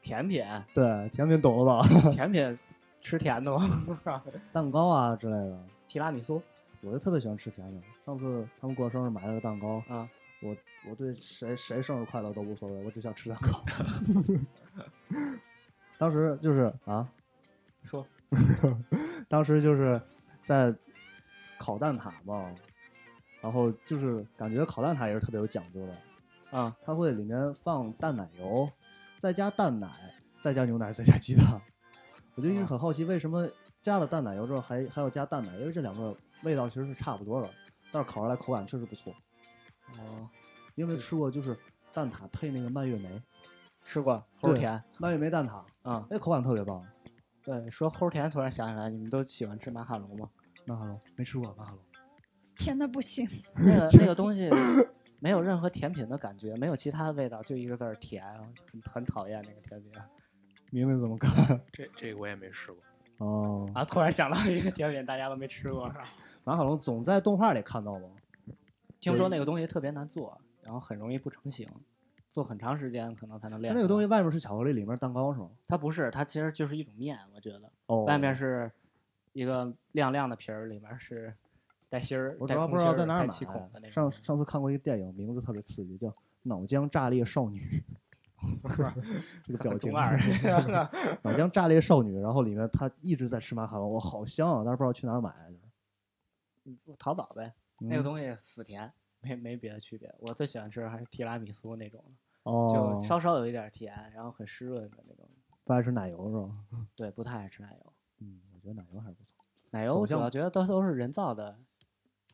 Speaker 1: 甜 品，
Speaker 2: 对，甜品懂了吧？
Speaker 1: 甜品吃甜的吗？
Speaker 2: 蛋糕啊之类的，
Speaker 1: 提拉米苏
Speaker 2: 我就特别喜欢吃甜的。上次他们过生日买了个蛋糕，
Speaker 1: 啊，
Speaker 2: 我我对谁谁生日快乐都无所谓，我只想吃蛋糕。当时就是啊，
Speaker 1: 说
Speaker 2: 当时就是在烤蛋挞嘛，然后就是感觉烤蛋挞也是特别有讲究的，
Speaker 1: 啊，
Speaker 2: 它会里面放淡奶油，再加蛋奶，再加牛奶，再加鸡蛋。我就一直很好奇，为什么加了蛋奶油之后还还要加蛋奶？因为这两个味道其实是差不多的，但是烤出来口感确实不错。
Speaker 1: 哦，
Speaker 2: 你有没有吃过就是蛋挞配那个蔓越莓？
Speaker 1: 吃过齁
Speaker 2: 对
Speaker 1: 甜
Speaker 2: 蔓越莓蛋挞，哎
Speaker 1: 啊，
Speaker 2: 那口感特别棒。
Speaker 1: 对，说齁甜，突然想起来，你们都喜欢吃马卡 龙吗？
Speaker 2: 马卡龙没吃过马卡龙，
Speaker 3: 甜的不行。
Speaker 1: 那个那个东西没有任何甜品的感觉，没有其他的味道，就一个字儿甜，很很讨厌那个甜品
Speaker 2: 明明怎么看？
Speaker 4: 这这个我也没试过。
Speaker 2: 哦，
Speaker 1: 啊！突然想到一个甜品，大家都没吃过，是吧？
Speaker 2: 马卡龙总在动画里看到吗？
Speaker 1: 听说那个东西特别难做，然后很容易不成型，做很长时间可能才能
Speaker 2: 它
Speaker 1: 练。
Speaker 2: 那个东西，外面是巧克力，里面是蛋糕是吗？
Speaker 1: 它不是，它其实就是一种面，我觉得
Speaker 2: 哦，
Speaker 1: 外面是一个亮亮的皮儿，里面是带芯儿，
Speaker 2: 我主
Speaker 1: 带
Speaker 2: 要
Speaker 1: 空
Speaker 2: 不知道
Speaker 1: 心
Speaker 2: 在哪儿
Speaker 1: 带气孔的
Speaker 2: 买。啊
Speaker 1: 那
Speaker 2: 上
Speaker 1: 种。
Speaker 2: 上次看过一个电影，名字特别刺激，叫《脑浆炸裂少女》。 这个表
Speaker 1: 很
Speaker 2: 情
Speaker 1: 中，二
Speaker 2: 脑浆炸裂少女，然后里面她一直在吃马卡龙，我好香啊！但是不知道嗯去哪儿买。
Speaker 1: 淘宝呗，那个
Speaker 2: 西
Speaker 1: 东西死甜，没没别的区别。我最喜欢吃还是提拉米苏那种的，
Speaker 2: 哦
Speaker 1: 就，稍稍有一点甜，然后很湿润的那种。
Speaker 2: 不爱吃奶油是吧？
Speaker 1: 对，不太爱吃奶油，
Speaker 2: 嗯，我觉得奶油还是不错。
Speaker 1: 奶油
Speaker 2: 走
Speaker 1: 我主
Speaker 2: 向
Speaker 1: 要觉得都都是人造的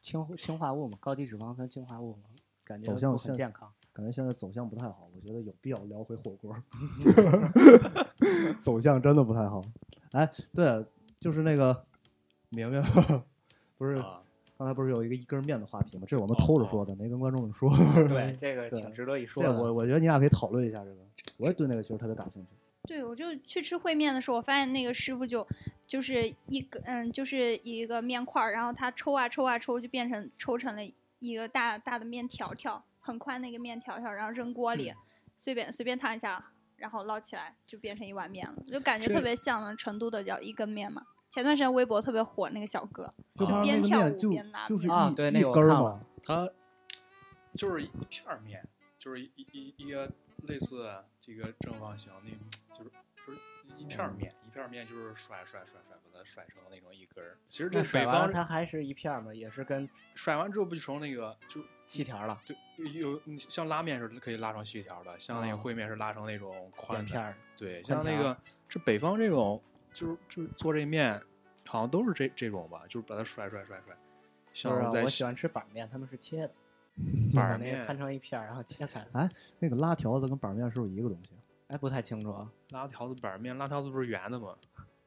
Speaker 1: 氢氢化物嘛，高级脂肪酸氢化物嘛，感觉
Speaker 2: 走向
Speaker 1: 不
Speaker 2: 现
Speaker 1: 很健康。
Speaker 2: 感觉现在走向不太好，我觉得有必要聊回火锅。 走向真的不太好。哎，对，就是那个明明，不是
Speaker 4: 啊，
Speaker 2: 刚才不是有一个一根面的话题吗？这是我们偷着说的，没跟观众们说。
Speaker 1: 哦对，这个
Speaker 2: 对
Speaker 1: 挺值得一说
Speaker 2: 对，
Speaker 1: 的。
Speaker 2: 我我觉得你俩可以讨论一下这个，我也对那个其实特别感兴
Speaker 1: 啊
Speaker 2: 趣。
Speaker 3: 对，我就去吃烩面的时候，我发现那个师傅就就是一个嗯，就是一个面块儿，然后他抽啊抽啊抽，就变成抽成了一个大大的面条条，很宽的一个面条条，然后扔锅
Speaker 1: 嗯
Speaker 3: 里，随便随便烫一下，然后捞起来就变成一碗面了，就感觉
Speaker 4: 这
Speaker 3: 特别像成都的叫一根面嘛。前段时间微博特别火那个小哥，
Speaker 2: 就
Speaker 4: 就
Speaker 2: 他那
Speaker 3: 哦边
Speaker 2: 个
Speaker 3: 跳
Speaker 2: 面
Speaker 3: 舞
Speaker 2: 就
Speaker 3: 边拉
Speaker 2: 就是一、
Speaker 3: 面
Speaker 1: 啊对那
Speaker 2: 一
Speaker 1: 个我
Speaker 2: 根儿
Speaker 1: 看
Speaker 2: 嘛，
Speaker 4: 它就是一片儿面，就是一一一一个类似这个正方形，那就是就是一片
Speaker 1: 嗯
Speaker 4: 儿面，一片儿面就是甩甩甩甩，把它甩成那种一根儿。其实这
Speaker 1: 那甩
Speaker 4: 北
Speaker 1: 完
Speaker 4: 方
Speaker 1: 了它还是一片儿嘛，也是跟
Speaker 4: 甩完之后不就成那个就嗯
Speaker 1: 细条 了，
Speaker 4: 对有有像拉面是可以拉成细条的，像那个
Speaker 1: 哦
Speaker 4: 烩面是拉成那种
Speaker 1: 扁
Speaker 4: 宽的
Speaker 1: 片儿。宽
Speaker 4: 对，像那
Speaker 1: 条
Speaker 4: 个这北方这种，就是就是做这面，好像都是这这种吧，就是把它甩甩甩甩，
Speaker 1: 就是
Speaker 4: 像
Speaker 1: 啊
Speaker 4: 在
Speaker 1: 我喜欢吃板面，他们是切的，
Speaker 4: 板
Speaker 1: 把
Speaker 4: 儿
Speaker 1: 那个
Speaker 4: 面
Speaker 1: 摊成一片儿，然后切开。
Speaker 2: 那个拉条子跟板儿面是不是一个东西？
Speaker 1: 哎，不太清楚啊。
Speaker 4: 拉条子板儿面，拉条子不是圆的吗？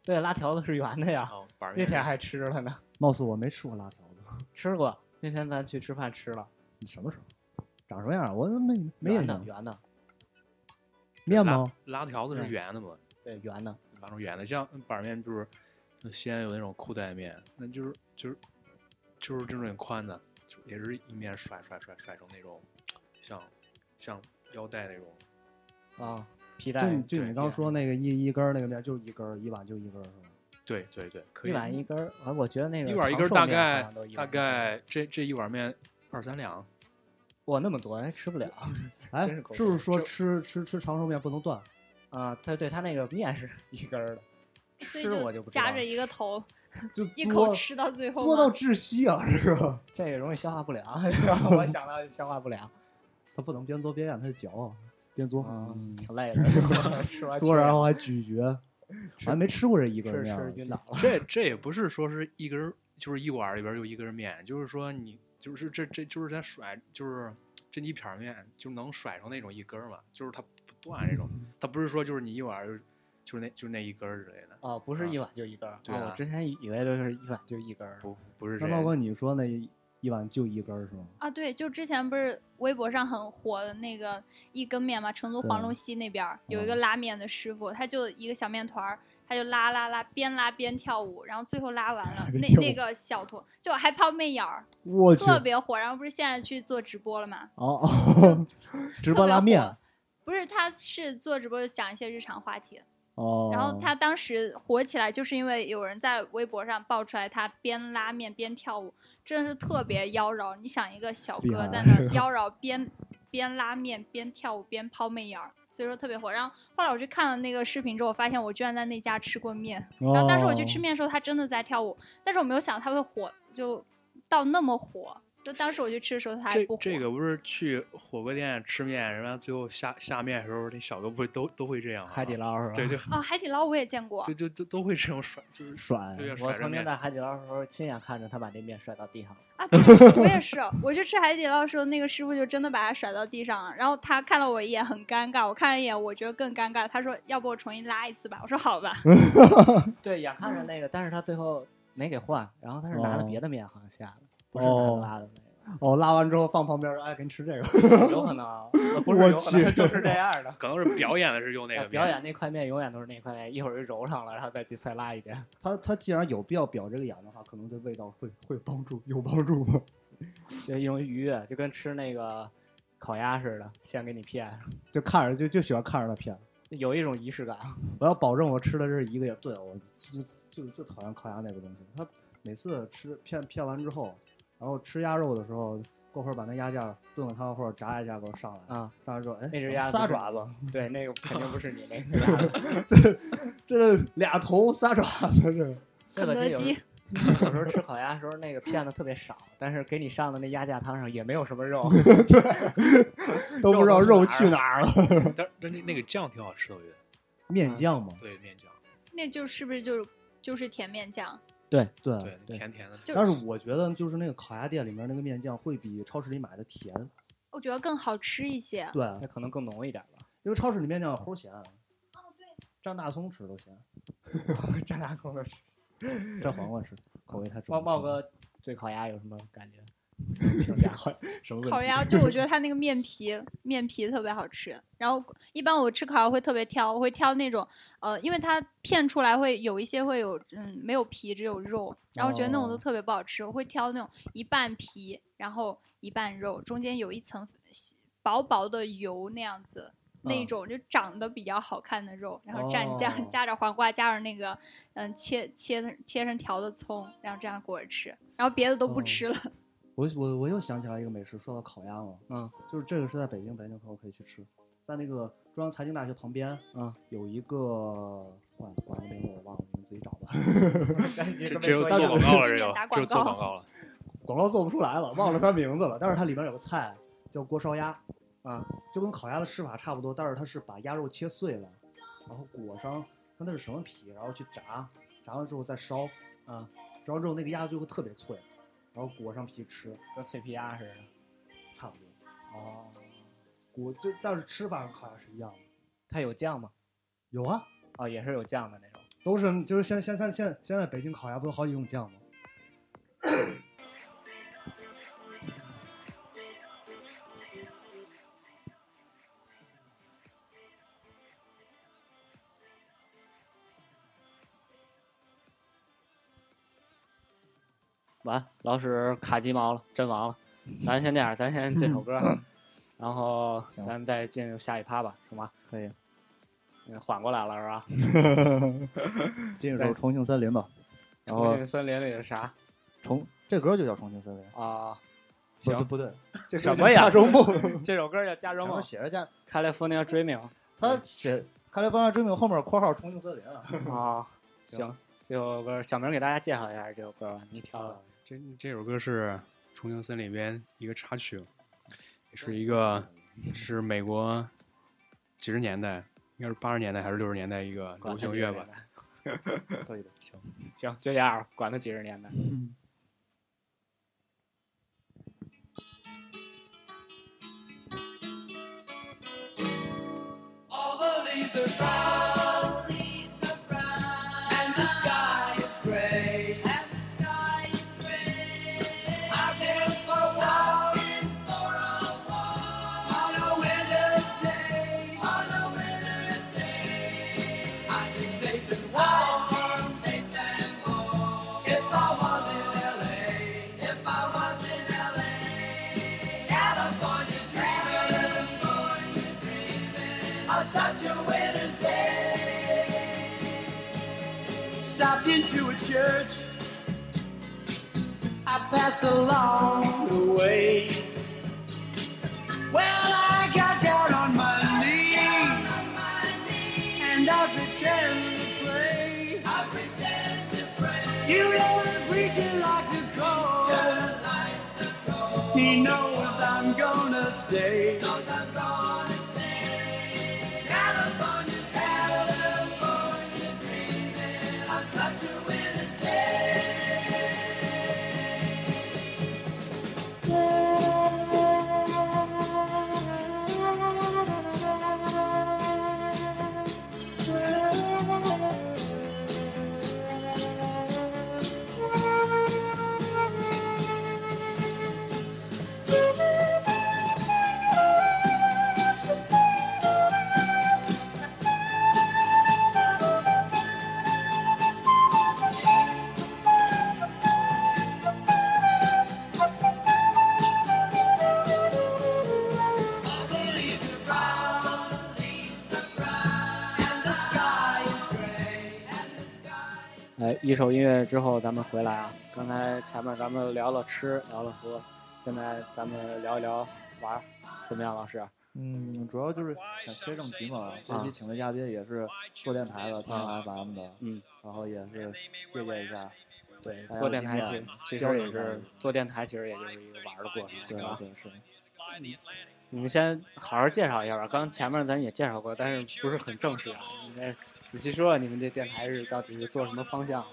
Speaker 1: 对，拉条子是圆的呀，
Speaker 4: 啊，板儿
Speaker 1: 那
Speaker 4: 面
Speaker 1: 天还吃了呢。
Speaker 2: 貌似我没吃过拉条子，
Speaker 1: 吃过，那天咱去吃饭吃了，
Speaker 2: 你什么时候？长什么样啊？我怎么没没
Speaker 1: 圆
Speaker 2: 印
Speaker 1: 的
Speaker 2: 象。
Speaker 1: 圆的，
Speaker 2: 面
Speaker 4: 拉
Speaker 2: 吗？
Speaker 4: 拉条子是
Speaker 1: 对
Speaker 4: 圆的嘛，
Speaker 1: 对圆的，
Speaker 4: 拉成圆的，像板儿面就是先有那种裤带面，那就是就是就是这种宽的，就也是一面甩甩甩甩成那种像像腰带那种，
Speaker 1: 啊，皮带
Speaker 2: 就你就
Speaker 4: 对
Speaker 2: 你刚
Speaker 1: 对
Speaker 2: 说那个一一根儿那个面，就是一根儿一碗就一根儿是吧？
Speaker 4: 对对对，可以
Speaker 1: 一碗一根儿，啊，我觉得那个
Speaker 4: 一碗一根
Speaker 1: 长寿
Speaker 4: 儿大
Speaker 1: 面好
Speaker 4: 概
Speaker 1: 像都一
Speaker 4: 大
Speaker 1: 碗一根儿
Speaker 4: 概这这一碗面二三两，
Speaker 1: 哇那么多，还吃不了
Speaker 2: 哎，
Speaker 1: 真是够
Speaker 2: 是不是
Speaker 1: 多
Speaker 2: 说
Speaker 4: 这
Speaker 2: 吃吃吃长寿面不能 断？
Speaker 1: 啊。它对它那个面是一根儿的，
Speaker 3: 所以
Speaker 1: 吃我就不知道
Speaker 3: 夹
Speaker 1: 了
Speaker 3: 着一 个头，
Speaker 2: 就
Speaker 3: 一口
Speaker 2: 嘬
Speaker 3: 吃到最后
Speaker 2: 嘬
Speaker 3: 吗
Speaker 2: 到窒息啊！这个
Speaker 1: 这个容易消化不良， 然后我想到消化 不啊良，
Speaker 2: 他不能边嘬边咽，他就嚼啊，边嘬，
Speaker 1: 啊
Speaker 2: 嗯，
Speaker 1: 挺累 的，吃完
Speaker 2: 嘬
Speaker 1: 去
Speaker 2: 然
Speaker 3: 啊
Speaker 2: 后还咀嚼， 我还没吃过这一根儿
Speaker 1: 吃
Speaker 2: 啊面
Speaker 1: 吃
Speaker 2: 儿，
Speaker 1: 晕倒 了，
Speaker 4: 这这也不是说是一根儿，就是一碗儿里边儿有一根儿面，就是说你就是这这就是它甩，就是这一片儿面就能甩成那种一根儿嘛，就是它不断 这种，它不是说就是你一碗儿就就是那就是那一根儿之类的，
Speaker 1: 哦，不是一碗就一根儿，
Speaker 4: 对
Speaker 1: 啊我
Speaker 4: 啊
Speaker 1: 之前以为就是一碗就一根儿，
Speaker 4: 不不是这
Speaker 2: 那
Speaker 4: 样
Speaker 2: 猫哥，你说那一碗就一根儿是吗？，
Speaker 3: 啊，对，就之前不是微博上很火的那个一根面嘛，成都黄龙溪那边儿有一个拉面的师傅，他就一个小面团儿，他就拉拉拉，边拉边跳舞，然后最后拉完了
Speaker 2: 边
Speaker 3: 那
Speaker 2: 跳舞
Speaker 3: 那个小坨就还抛媚眼儿，
Speaker 2: 我去，
Speaker 3: 特别火。然后不是现在去做直播了嘛，
Speaker 2: 哦 哦， 直播拉
Speaker 3: 特别
Speaker 2: 面
Speaker 3: 火不是，他是做直播就讲一些日常话题，
Speaker 2: 哦，
Speaker 3: 然后他当时火起来，就是因为有人在微博上爆出来他边拉面边跳舞，真的是特别妖娆。你想一个小
Speaker 2: 厉害
Speaker 3: 哥 在那儿妖娆边边拉面边跳舞边抛媚眼儿，所以说特别火。然后后来我去看了那个视频之后，我发现我居然在那家吃过面。
Speaker 2: 哦
Speaker 3: 然
Speaker 4: 哦
Speaker 3: 后当时我去吃面的时候，他真的在跳舞，但是我没有想到他会火，就到那么火。就当时我去吃的时候，它还
Speaker 4: 这
Speaker 3: 不火。
Speaker 4: 这个不是去火锅店吃面，人家最后下下面的时候，那小哥不是都都会这样吗？
Speaker 1: 海底捞是吧？
Speaker 4: 对，就
Speaker 3: 哦，海底捞我也见过
Speaker 4: 就，就都都会这种甩，就是
Speaker 2: 甩
Speaker 4: 对呀，
Speaker 1: 我
Speaker 4: 甩着
Speaker 1: 曾经
Speaker 4: 面
Speaker 1: 在海底捞的时候亲眼看着他把那面甩到地上。
Speaker 3: 啊，对我也是，我去吃海底捞的时候，那个师傅就真的把它甩到地上了，然后他看了我一眼，很尴尬，我看了一眼，我觉得更尴尬，他说要不我重新拉一次吧，我说好吧，
Speaker 1: 对，眼看着那个，但是他最后没给换，然后他是拿了
Speaker 2: 哦
Speaker 1: 别的面好像下的，不是他拉的那
Speaker 2: 哦，拉完之后放旁边儿，哎，给你吃这个。
Speaker 1: 个，有可能啊，呃 不是
Speaker 2: 我
Speaker 1: 有可能
Speaker 2: 去
Speaker 1: 就是这样的。
Speaker 4: 可能是表演的是用那
Speaker 3: 啊
Speaker 1: 哎
Speaker 4: 个面
Speaker 1: 表演 那块面永远都是那块面，一会儿就揉上了，然后再去再拉一遍。
Speaker 2: 他他既然有必要表这个演的话，可能对味道会会帮助有帮助吗？
Speaker 1: 就一种愉悦，就跟吃那个烤鸭似的，先给你骗，
Speaker 2: 就看着就就喜欢看着他骗。
Speaker 1: 有一种仪式感。
Speaker 2: 我要保证我吃的这是一个也对，我就就就讨厌烤鸭那个东西。他每次吃骗骗完之后，然后吃鸭肉的时候，过会儿把那鸭架炖个汤或者炸一下给我上来，
Speaker 1: 啊、
Speaker 2: 上来之后，哎，
Speaker 1: 那只鸭子
Speaker 2: 仨
Speaker 1: 是
Speaker 2: 爪子，
Speaker 1: 对，那个肯定不是你那个，
Speaker 2: 这这俩头仨爪子是。
Speaker 1: 肯
Speaker 3: 肯德基。
Speaker 1: 有时候吃烤鸭的时候，那个片的特别少，但是给你上的那鸭架汤上也没有什么 肉，
Speaker 2: 都不知道
Speaker 1: 肉
Speaker 2: 肉
Speaker 1: 都去
Speaker 2: 去哪儿了。
Speaker 4: 但但那那个酱挺好吃的，我觉得。
Speaker 2: 面酱嘛，
Speaker 4: 对面酱，
Speaker 3: 那就是不是就是就是甜面酱？
Speaker 2: 对
Speaker 1: 嗯
Speaker 4: 对，甜甜的。
Speaker 3: 就
Speaker 2: 但是我觉得就是那个烤鸭店里面那个面酱会比超市里买的甜，
Speaker 3: 我觉得更好吃一些。
Speaker 2: 对，
Speaker 1: 那可能更浓一点 吧。
Speaker 2: 因为超市里面酱齁咸。哦，对，蘸大葱吃都咸，
Speaker 1: 蘸大葱的吃。
Speaker 2: 蘸黄瓜吃口味太重
Speaker 1: 茂
Speaker 2: 了。
Speaker 1: 茂哥对烤鸭有什么感 觉？评 价
Speaker 2: 什么问题？
Speaker 3: 烤 鸭就我觉得它那个面皮面皮特别好吃，然后一般我吃烤鸭会特别挑，我会挑那种呃，因为它片出来会有一些会有嗯没有皮只有肉，然后我觉得那种都
Speaker 2: 哦
Speaker 3: 特别不好吃，我会挑那种一半皮然后一半肉，中间有一层薄薄的油那样子。那
Speaker 2: 嗯
Speaker 3: 种就长得比较好看的肉，然后蘸酱，
Speaker 2: 哦
Speaker 3: 加点黄瓜，加点那个，嗯，切切成切成条的葱，然后这样裹着吃，然后别的都不
Speaker 2: 哦
Speaker 3: 吃了。
Speaker 2: 我我我又想起来一个美食，说到烤鸭嘛，
Speaker 1: 嗯，
Speaker 2: 就是这个是在北京，北京可我可以去吃，在那个中央财经大学旁边，
Speaker 1: 嗯，
Speaker 2: 有一个，哇，馆子名字我忘了，你们自己找吧。
Speaker 4: 这
Speaker 1: 这
Speaker 4: 这又
Speaker 1: 说
Speaker 4: 做
Speaker 1: 一
Speaker 4: 广
Speaker 1: 下
Speaker 4: 告了，
Speaker 3: 顺
Speaker 4: 这
Speaker 3: 便
Speaker 4: 又
Speaker 3: 打
Speaker 4: 这又
Speaker 3: 广
Speaker 4: 做
Speaker 3: 告
Speaker 4: 广告了。
Speaker 2: 广告做不出来了，忘了它名字了。但是它里面有个菜叫锅烧鸭，
Speaker 1: 啊，
Speaker 2: 就跟烤鸭的吃法差不多，但是它是把鸭肉切碎了，然后裹上它那是什么皮，然后去炸，炸完之后再烧，
Speaker 1: 啊，
Speaker 2: 烧完之后那个鸭最后特别脆，然后裹上皮吃，
Speaker 1: 跟脆皮鸭似的。
Speaker 2: 差不多。
Speaker 1: 哦，
Speaker 2: 裹就但是吃法跟烤鸭是一样的。
Speaker 1: 它有酱吗？
Speaker 2: 有啊，
Speaker 1: 哦，也是有酱的那种。
Speaker 2: 都是就是现现在现在现在北京烤鸭不是好几种酱吗？
Speaker 1: 完，老史卡鸡毛了，阵亡了。咱先这样，咱先进首歌，然后
Speaker 2: 行
Speaker 1: 咱们再进入下一趴吧，行吧？
Speaker 2: 可 以，
Speaker 1: 嗯，缓过来了是吧？
Speaker 2: 进
Speaker 1: 对
Speaker 2: 入重庆森林吧。然
Speaker 1: 重
Speaker 2: 后
Speaker 1: 庆森林里的啥
Speaker 2: 重这歌就叫重庆森林，
Speaker 1: 啊？
Speaker 2: 不对
Speaker 1: 行，
Speaker 2: 不对，这
Speaker 1: 什
Speaker 2: 歌叫
Speaker 1: 么呀
Speaker 2: 家中梦，
Speaker 1: 这首歌叫《加州
Speaker 2: 上
Speaker 1: 梦
Speaker 2: 面》写着家，
Speaker 1: ，California Dreaming
Speaker 2: 他写开来方向追命后面括号重庆森林 啊。
Speaker 1: 啊。行，这首歌小明给大家介绍一下这首歌吧，你挑的。
Speaker 4: 这这首歌是《重庆森林》里边一个插曲，也是一个是美国几十年代，应该是八十年代还是六十年代一个
Speaker 1: 管它
Speaker 4: 流行
Speaker 1: 几
Speaker 4: 乐
Speaker 1: 十
Speaker 4: 吧
Speaker 1: 年。代。
Speaker 2: 可以的，行。
Speaker 1: 行，就这样吧，管他几十年代。
Speaker 6: All the leaves are brown, and the sky is gray. Out there for a walk, on a winter's day. I'd be safe and warm, if I was in LA. California dreaming on such a winter's day. Stopped into a church. I passed along the way. Well, I got down on my knees and I pretend to pray. I pretend to pray. You know the preacher like the cold.
Speaker 5: stay. And the sky is gray. And the sky.
Speaker 1: 哎，一首音乐之后咱们回来啊。刚才前面咱们聊了吃，聊了喝，现在咱们聊一聊玩儿，怎么样，老师？
Speaker 2: 嗯，主要就是想切正题嘛。这期请的嘉宾也是做电台的，听
Speaker 1: 啊
Speaker 2: 了 FM 的，
Speaker 1: 嗯，
Speaker 2: 然后也是借鉴一下。
Speaker 1: 对，
Speaker 2: 大家
Speaker 1: 做
Speaker 2: 有
Speaker 1: 电
Speaker 2: 经
Speaker 1: 台
Speaker 2: 验
Speaker 1: 其其
Speaker 2: 交
Speaker 1: 实
Speaker 2: 流
Speaker 1: 也
Speaker 2: 一下
Speaker 1: 是做电台，其实也就是一个玩儿的过程，
Speaker 2: 对
Speaker 1: 吧？
Speaker 2: 对是，
Speaker 1: 你们先好好介绍一下吧。刚前面咱也介绍过，但是不是很正式啊？你再仔细说说你们这电台是到底是做什么方向啊？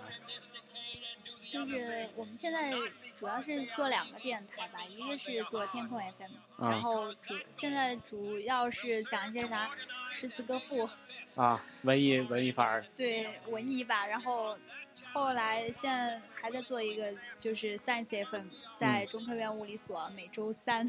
Speaker 3: 就是我们现在主要是做两个电台吧，一个是做天空 FM，、
Speaker 1: 啊
Speaker 3: 然后主现在主要是讲一些啥诗词歌赋，
Speaker 1: 啊，文艺文艺范儿，
Speaker 3: 对文艺吧，然后后来现在还在做一个就是 Science FM，在
Speaker 1: 嗯
Speaker 3: 中科院物理所每周三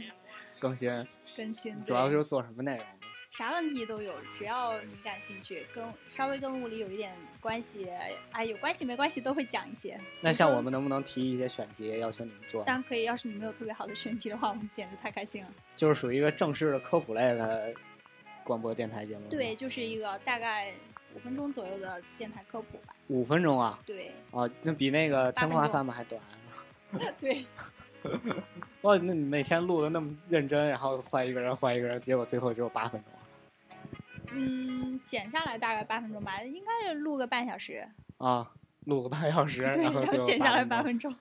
Speaker 1: 更新，
Speaker 3: 更新，
Speaker 1: 主要
Speaker 3: 对
Speaker 1: 就是做什么内容呢？
Speaker 3: 啥问题都有，只要你感兴趣，跟稍微跟物理有一点关系，哎，有关系没关系都会讲一些。
Speaker 1: 那像
Speaker 3: 说
Speaker 1: 我们能不能提一些选题，要求你们做？
Speaker 3: 当然可以，要是你没有特别好的选题的话，我们简直太开心了。
Speaker 1: 就是属于一个正式的科普类的广播电台节目。
Speaker 3: 对，，就是一个大概五分钟左右的电台科普吧。
Speaker 1: 五分钟啊，
Speaker 3: 对
Speaker 1: 啊，那比那个
Speaker 3: 八
Speaker 1: 天
Speaker 3: 分
Speaker 1: 空
Speaker 3: 钟
Speaker 1: FM 还短。
Speaker 3: 对，
Speaker 1: 哇，那你每天录的那么认真，然后换一个人换一个人，结果最后只有八分钟啊
Speaker 3: 嗯，剪下来大概八分钟吧，应该是录个半小时，
Speaker 1: 啊，录个半小时，
Speaker 3: 对，
Speaker 1: 然后
Speaker 3: 然
Speaker 1: 最
Speaker 3: 后
Speaker 1: 后
Speaker 3: 剪下来八
Speaker 1: 钟。
Speaker 3: 分钟。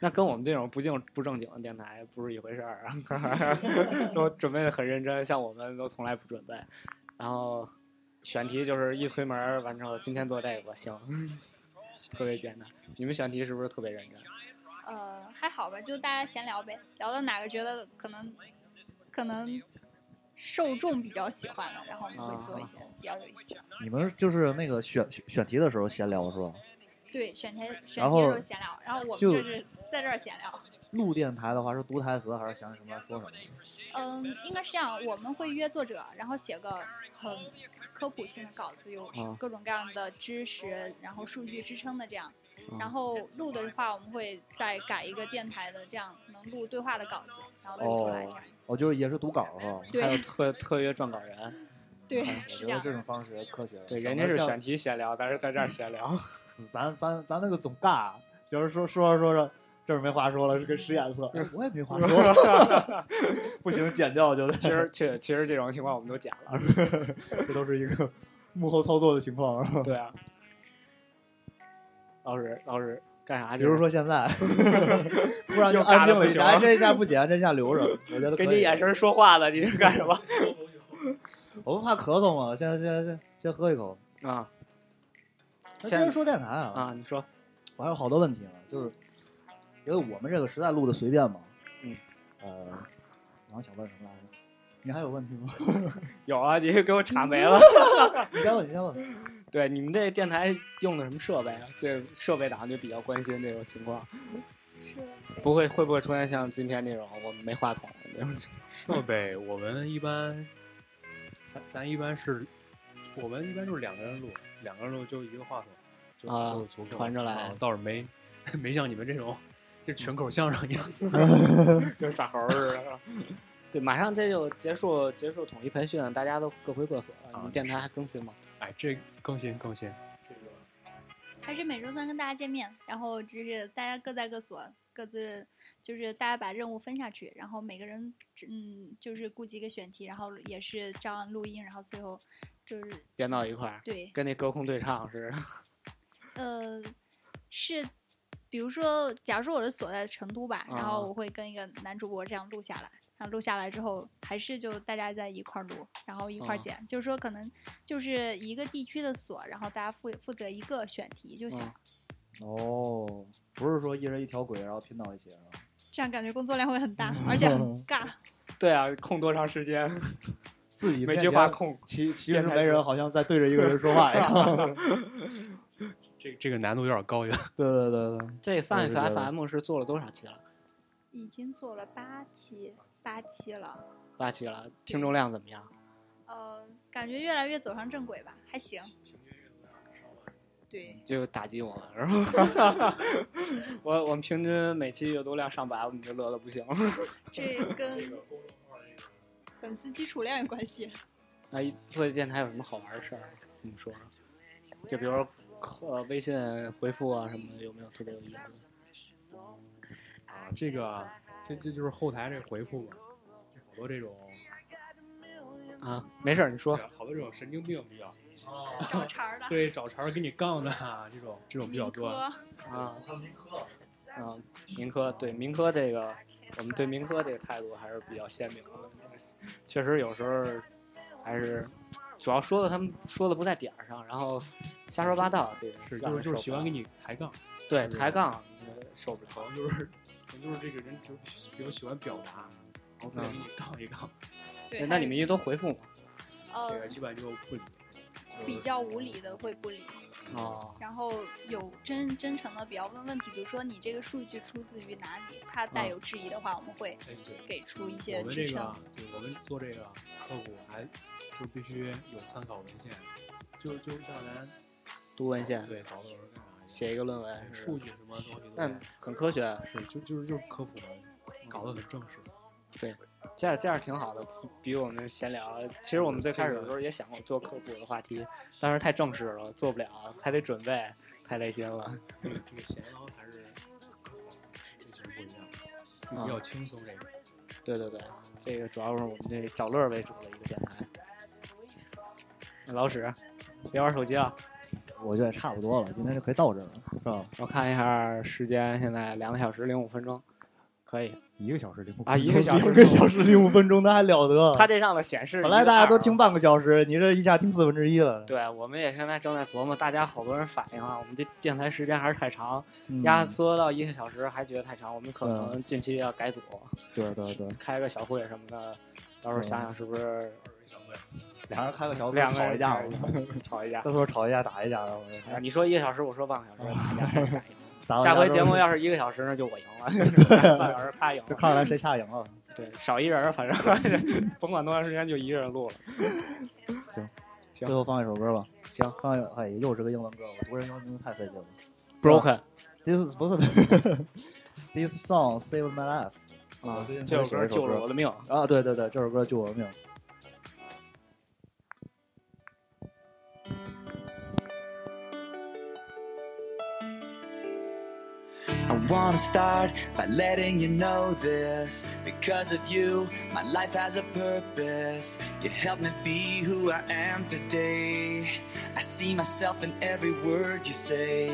Speaker 1: 那跟我们这种不正不正经的电台不是一回事儿 啊，都准备的很认真，像我们都从来不准备。然后选题就是一推门儿完之后，今天做这个行，特别简单。你们选题是不是特别认真？
Speaker 3: 呃，还好吧，就大家闲聊呗，聊到哪个觉得可能可能受众比较喜欢的，然后我们会做一些比较有意思的。
Speaker 2: 你们就是那个选选选题的时候闲聊是吧？
Speaker 3: 对，选题选
Speaker 2: 然
Speaker 3: 题的时
Speaker 2: 后
Speaker 3: 候闲聊，然后我们
Speaker 2: 就
Speaker 3: 就是在这儿闲聊。
Speaker 2: 录电台的话是读台词还是想什么说什么？
Speaker 3: 嗯，应该是这样，我们会约作者，然后写个很科普性的稿子，有
Speaker 1: 啊
Speaker 3: 各种各样的知识，然后数据支撑的这样。
Speaker 2: 嗯
Speaker 1: 啊
Speaker 3: 然后录的话，我们会再改一个电台的这样能录对话的稿子，然后录出来这样。
Speaker 2: 哦，就是也是读稿是吧？
Speaker 1: 还有
Speaker 3: 对
Speaker 1: 特特约撰稿人，
Speaker 3: 对
Speaker 2: 哎我，
Speaker 3: 是
Speaker 2: 觉
Speaker 3: 这
Speaker 2: 得
Speaker 3: 样
Speaker 2: 这
Speaker 3: 的。
Speaker 2: 种方式科学。
Speaker 1: 对，
Speaker 2: 省
Speaker 1: 人家
Speaker 2: 得
Speaker 1: 是
Speaker 2: 像
Speaker 1: 选题闲聊，但是在这儿闲聊。
Speaker 2: 咱咱咱那个总尬，有人说说着说着，这儿没话说了，是跟实验测，哎我也没话说，不行，剪掉 就得。
Speaker 1: 其实，其实，其实这种情况我们都讲了。
Speaker 2: 这都是一个幕后操作的情况，是吧？
Speaker 1: 对啊，老师，老师干啥去
Speaker 2: 比
Speaker 1: 了？
Speaker 2: 如说现在， 突然就
Speaker 1: 又尬
Speaker 2: 安
Speaker 1: 得
Speaker 2: 静了
Speaker 1: 不
Speaker 2: 一
Speaker 1: 行
Speaker 2: 下，哎这一下不剪，这一下留着，我觉得
Speaker 1: 给
Speaker 2: 可
Speaker 1: 你
Speaker 2: 以
Speaker 1: 眼神说话了，你是干什么？
Speaker 2: 我不怕咳嗽嘛，现在现在先先喝一口。
Speaker 1: 啊
Speaker 2: 那
Speaker 1: 先
Speaker 2: 接着说电台啊，
Speaker 1: 啊，你说
Speaker 2: 我还有好多问题呢，就是因为我们这个时代录的随便嘛，
Speaker 1: 嗯，
Speaker 2: 呃，然后想问什么来着？你还有问题吗？
Speaker 1: 有啊？你给我查 没了。
Speaker 2: 你先问，你先问。
Speaker 1: 对，你们这电台用的什么设备啊？这设备党就比较关心这种情况，
Speaker 3: 是
Speaker 1: 不会会不会出现像今天这种我们没话筒的这种情
Speaker 4: 设备我们一般，咱咱一般是，我们一般就是两个人录，两个人录就一个话筒，就、
Speaker 1: 啊
Speaker 4: 就足够了
Speaker 1: 传着来
Speaker 4: 啊倒是没 没像你们这种，就群口相声一样。
Speaker 1: 况， 跟耍猴儿似的。对，马上这就结束结束统一培训，大家都各回各所了。你
Speaker 4: 啊
Speaker 1: 们电台还更新吗？
Speaker 4: 哎，这更新更新，
Speaker 3: 还是每周三跟大家见面，然后就是大家各在各所，各自就是大家把任务分下去，然后每个人嗯就是顾及一个选题，然后也是这样录音，然后最后就是
Speaker 1: 编到一块儿，
Speaker 3: 对
Speaker 1: 跟那隔空对唱似的。
Speaker 3: 呃，是，比如说，假如说我的所在成都吧，然
Speaker 1: 啊
Speaker 3: 后我会跟一个男主播这样录下来，
Speaker 7: 啊，录下来之后还是就大家在一块儿录，然后一块儿
Speaker 4: 嗯
Speaker 7: 剪，就是说可能就是一个地区的所，然后大家负负责一个选题就行，
Speaker 4: 嗯
Speaker 2: 哦，不是说一人一条轨，然后拼到一起是吧？
Speaker 7: 这样感觉工作量会很大，而且很尬。
Speaker 1: 对啊，空多长时间？
Speaker 2: 自己
Speaker 1: 每
Speaker 2: 面
Speaker 1: 句话
Speaker 2: 前
Speaker 1: 空。
Speaker 2: 其其实
Speaker 1: 变态
Speaker 2: 没人，
Speaker 1: 思
Speaker 2: 好像在对着一个人说话 一 样。
Speaker 4: 这这个难度有点高，有点
Speaker 2: 对对对对，
Speaker 1: 这上一次
Speaker 2: 我是觉得
Speaker 1: FM 是做了多少期了？
Speaker 7: 已经做了八期，八期了，
Speaker 1: 八期了，听众量怎么样？
Speaker 7: 呃，感觉越来越走上正轨吧，还行。对，
Speaker 1: 就打击我们，是 吧？我我们平均每期阅读量上百，我们就乐得不行了。
Speaker 7: 这 跟粉丝基础量有关系。
Speaker 1: 那一哎做电台有什么好玩的事儿？你们说说，就比如说呃微信回复啊什么的，有没有特别有意思的？
Speaker 4: 啊，这个这这就是后台这个回复嘛，就好多这种
Speaker 1: 啊，没事儿，你说。
Speaker 4: 好多这种神经病比较
Speaker 7: 哦 找茬儿的
Speaker 4: 对找茬儿跟你杠的啊，这种这种比较
Speaker 7: 民
Speaker 4: 多。
Speaker 7: 科，
Speaker 1: 啊，啊，民科对民科这个，我们对民科这个态度还是比较鲜明的。确实有时候还是主要说的他们说的不在点儿上，然后瞎说八道，对，
Speaker 4: 是
Speaker 1: 让
Speaker 4: 就
Speaker 1: 人
Speaker 4: 是就
Speaker 1: 受
Speaker 4: 是喜
Speaker 1: 不
Speaker 4: 欢
Speaker 1: 了
Speaker 4: 跟你抬杠，
Speaker 1: 对
Speaker 4: 就是
Speaker 1: 抬杠，呃受不
Speaker 4: 好
Speaker 1: 了。
Speaker 4: 像就是可能就是这个人就比较喜欢表达，啊然后非得跟你杠一杠，
Speaker 7: 对，
Speaker 1: 那
Speaker 7: 还
Speaker 1: 你
Speaker 7: 有
Speaker 1: 们一都回复吗？
Speaker 4: 这个
Speaker 7: 呃
Speaker 4: 基本就不理。
Speaker 7: 比较无理的会不理，
Speaker 1: 哦，
Speaker 7: 然后有真真诚的比较问问题，比如说你这个数据出自于哪里，怕带有质疑的话，我们会
Speaker 4: 哎，对，
Speaker 7: 给出一些
Speaker 4: 嗯我们
Speaker 7: 支
Speaker 4: 这
Speaker 7: 撑。
Speaker 4: 个，啊对，我们做这个科普还就必须有参考文献，就就像咱
Speaker 1: 读文献，
Speaker 4: 对导论文干啥去
Speaker 1: 写一个论
Speaker 4: 哎
Speaker 1: 文，嗯
Speaker 4: 数据什么东西都
Speaker 1: 那很科学，
Speaker 4: 是就就是就是科普嘛，搞得很正式。
Speaker 1: 这样这样挺好的，比我们闲聊。其实我们最开始的时候也想过做科普的话题，但是太正式了，做不了，还得准备，太累心了。
Speaker 4: 这个这个闲聊还是这其实不一样，就比较轻松这个。
Speaker 1: 对对对，这个主要是我们这找乐儿为主的一个电台。老史，别玩手机啊！
Speaker 2: 我觉得也差不多了，今天就可以到这儿了，是吧？
Speaker 1: 我看一下时间，现在两个小时零五分钟，可以。
Speaker 2: 一个小时零五
Speaker 1: 啊一个小时
Speaker 2: 一个小时零五分钟，那还了得？
Speaker 1: 它这上头显示，
Speaker 2: 本来大家都听。半个小时，你这一下听四分之一了。
Speaker 1: 对，我们也现在正在琢磨，大家好多人反映啊，我们这电台时间还是太长，
Speaker 2: 嗯
Speaker 1: 压缩到一个小时还觉得太长，我们可能近期要改组，
Speaker 2: 对对对，
Speaker 1: 开个小会什么的，到时候想想是不是
Speaker 2: 俩人开个小会
Speaker 1: 两个
Speaker 2: 嗯吵
Speaker 1: 人
Speaker 2: 一架
Speaker 1: 开
Speaker 2: 嘛，
Speaker 1: 吵一架
Speaker 2: 到？时候吵一架打一架，然后
Speaker 1: 啊你说一个小时，我说半个小时，大家还是改一下。
Speaker 2: 打完
Speaker 1: 下回
Speaker 2: 架之
Speaker 1: 节
Speaker 2: 哦后
Speaker 1: 目要是一个小时，那就我赢 了，半小时他赢
Speaker 2: 就
Speaker 1: 了，
Speaker 2: 看看谁掐赢了。
Speaker 1: 对，少一人儿，反正 甭管多长时间，就一个人录了。行
Speaker 2: 最后放一首歌吧，
Speaker 1: 行
Speaker 2: 放一哎又是个英文歌，我读人英文名字太费劲了。
Speaker 1: Broken
Speaker 2: This is 不是 This song saved my life
Speaker 1: 啊
Speaker 2: 最近，
Speaker 1: 这首
Speaker 2: 才写
Speaker 1: 歌
Speaker 2: 嗯了一首
Speaker 1: 救了
Speaker 2: 歌
Speaker 1: 我的命。
Speaker 2: 啊，对对对，这首歌救我的命。
Speaker 8: I wanna start by letting you know this. Because of you, my life has a purpose. You help me be who I am today. I see myself in every word you say.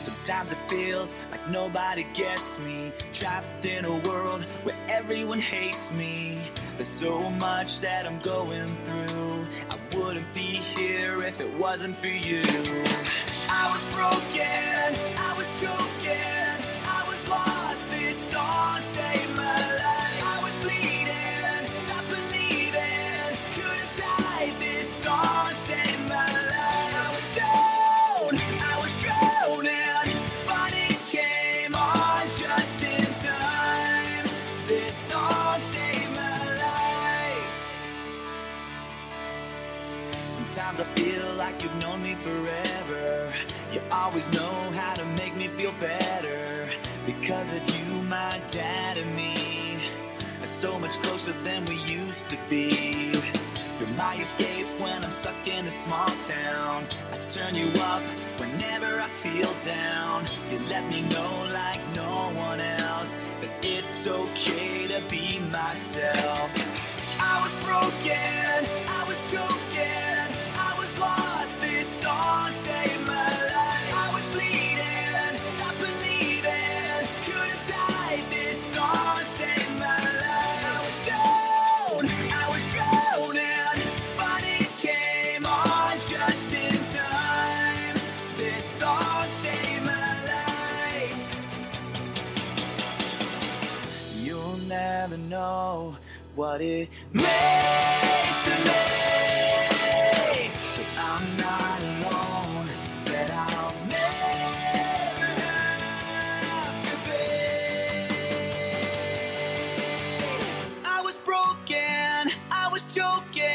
Speaker 8: Sometimes it feels like nobody gets me. Trapped in a world where everyone hates me. There's so much that I'm going through. I wouldn't be here if it wasn't for you. I was broken, I was choking, I was lost. This song saved my life. I was bleeding, stopped believing, could have died. This song saved my life. I was down, I was drowning, but it came on just in time. This song saved my life. Sometimes I feel like you've known me forever. You always know how to make me feel better. Because of you, my dad and me are so much closer than we used to be. You're my escape when I'm stuck in a small town. I turn you up whenever I feel down. You let me know like no one else that it's okay to be myself. I was broken, I was choking, I was lost. This song saved my life. I was bleeding, stopped believing, could have died. This song saved my life. I was down. know what it means to me. But I'm not alone, that I'll never have to be. I was broken, I was choking.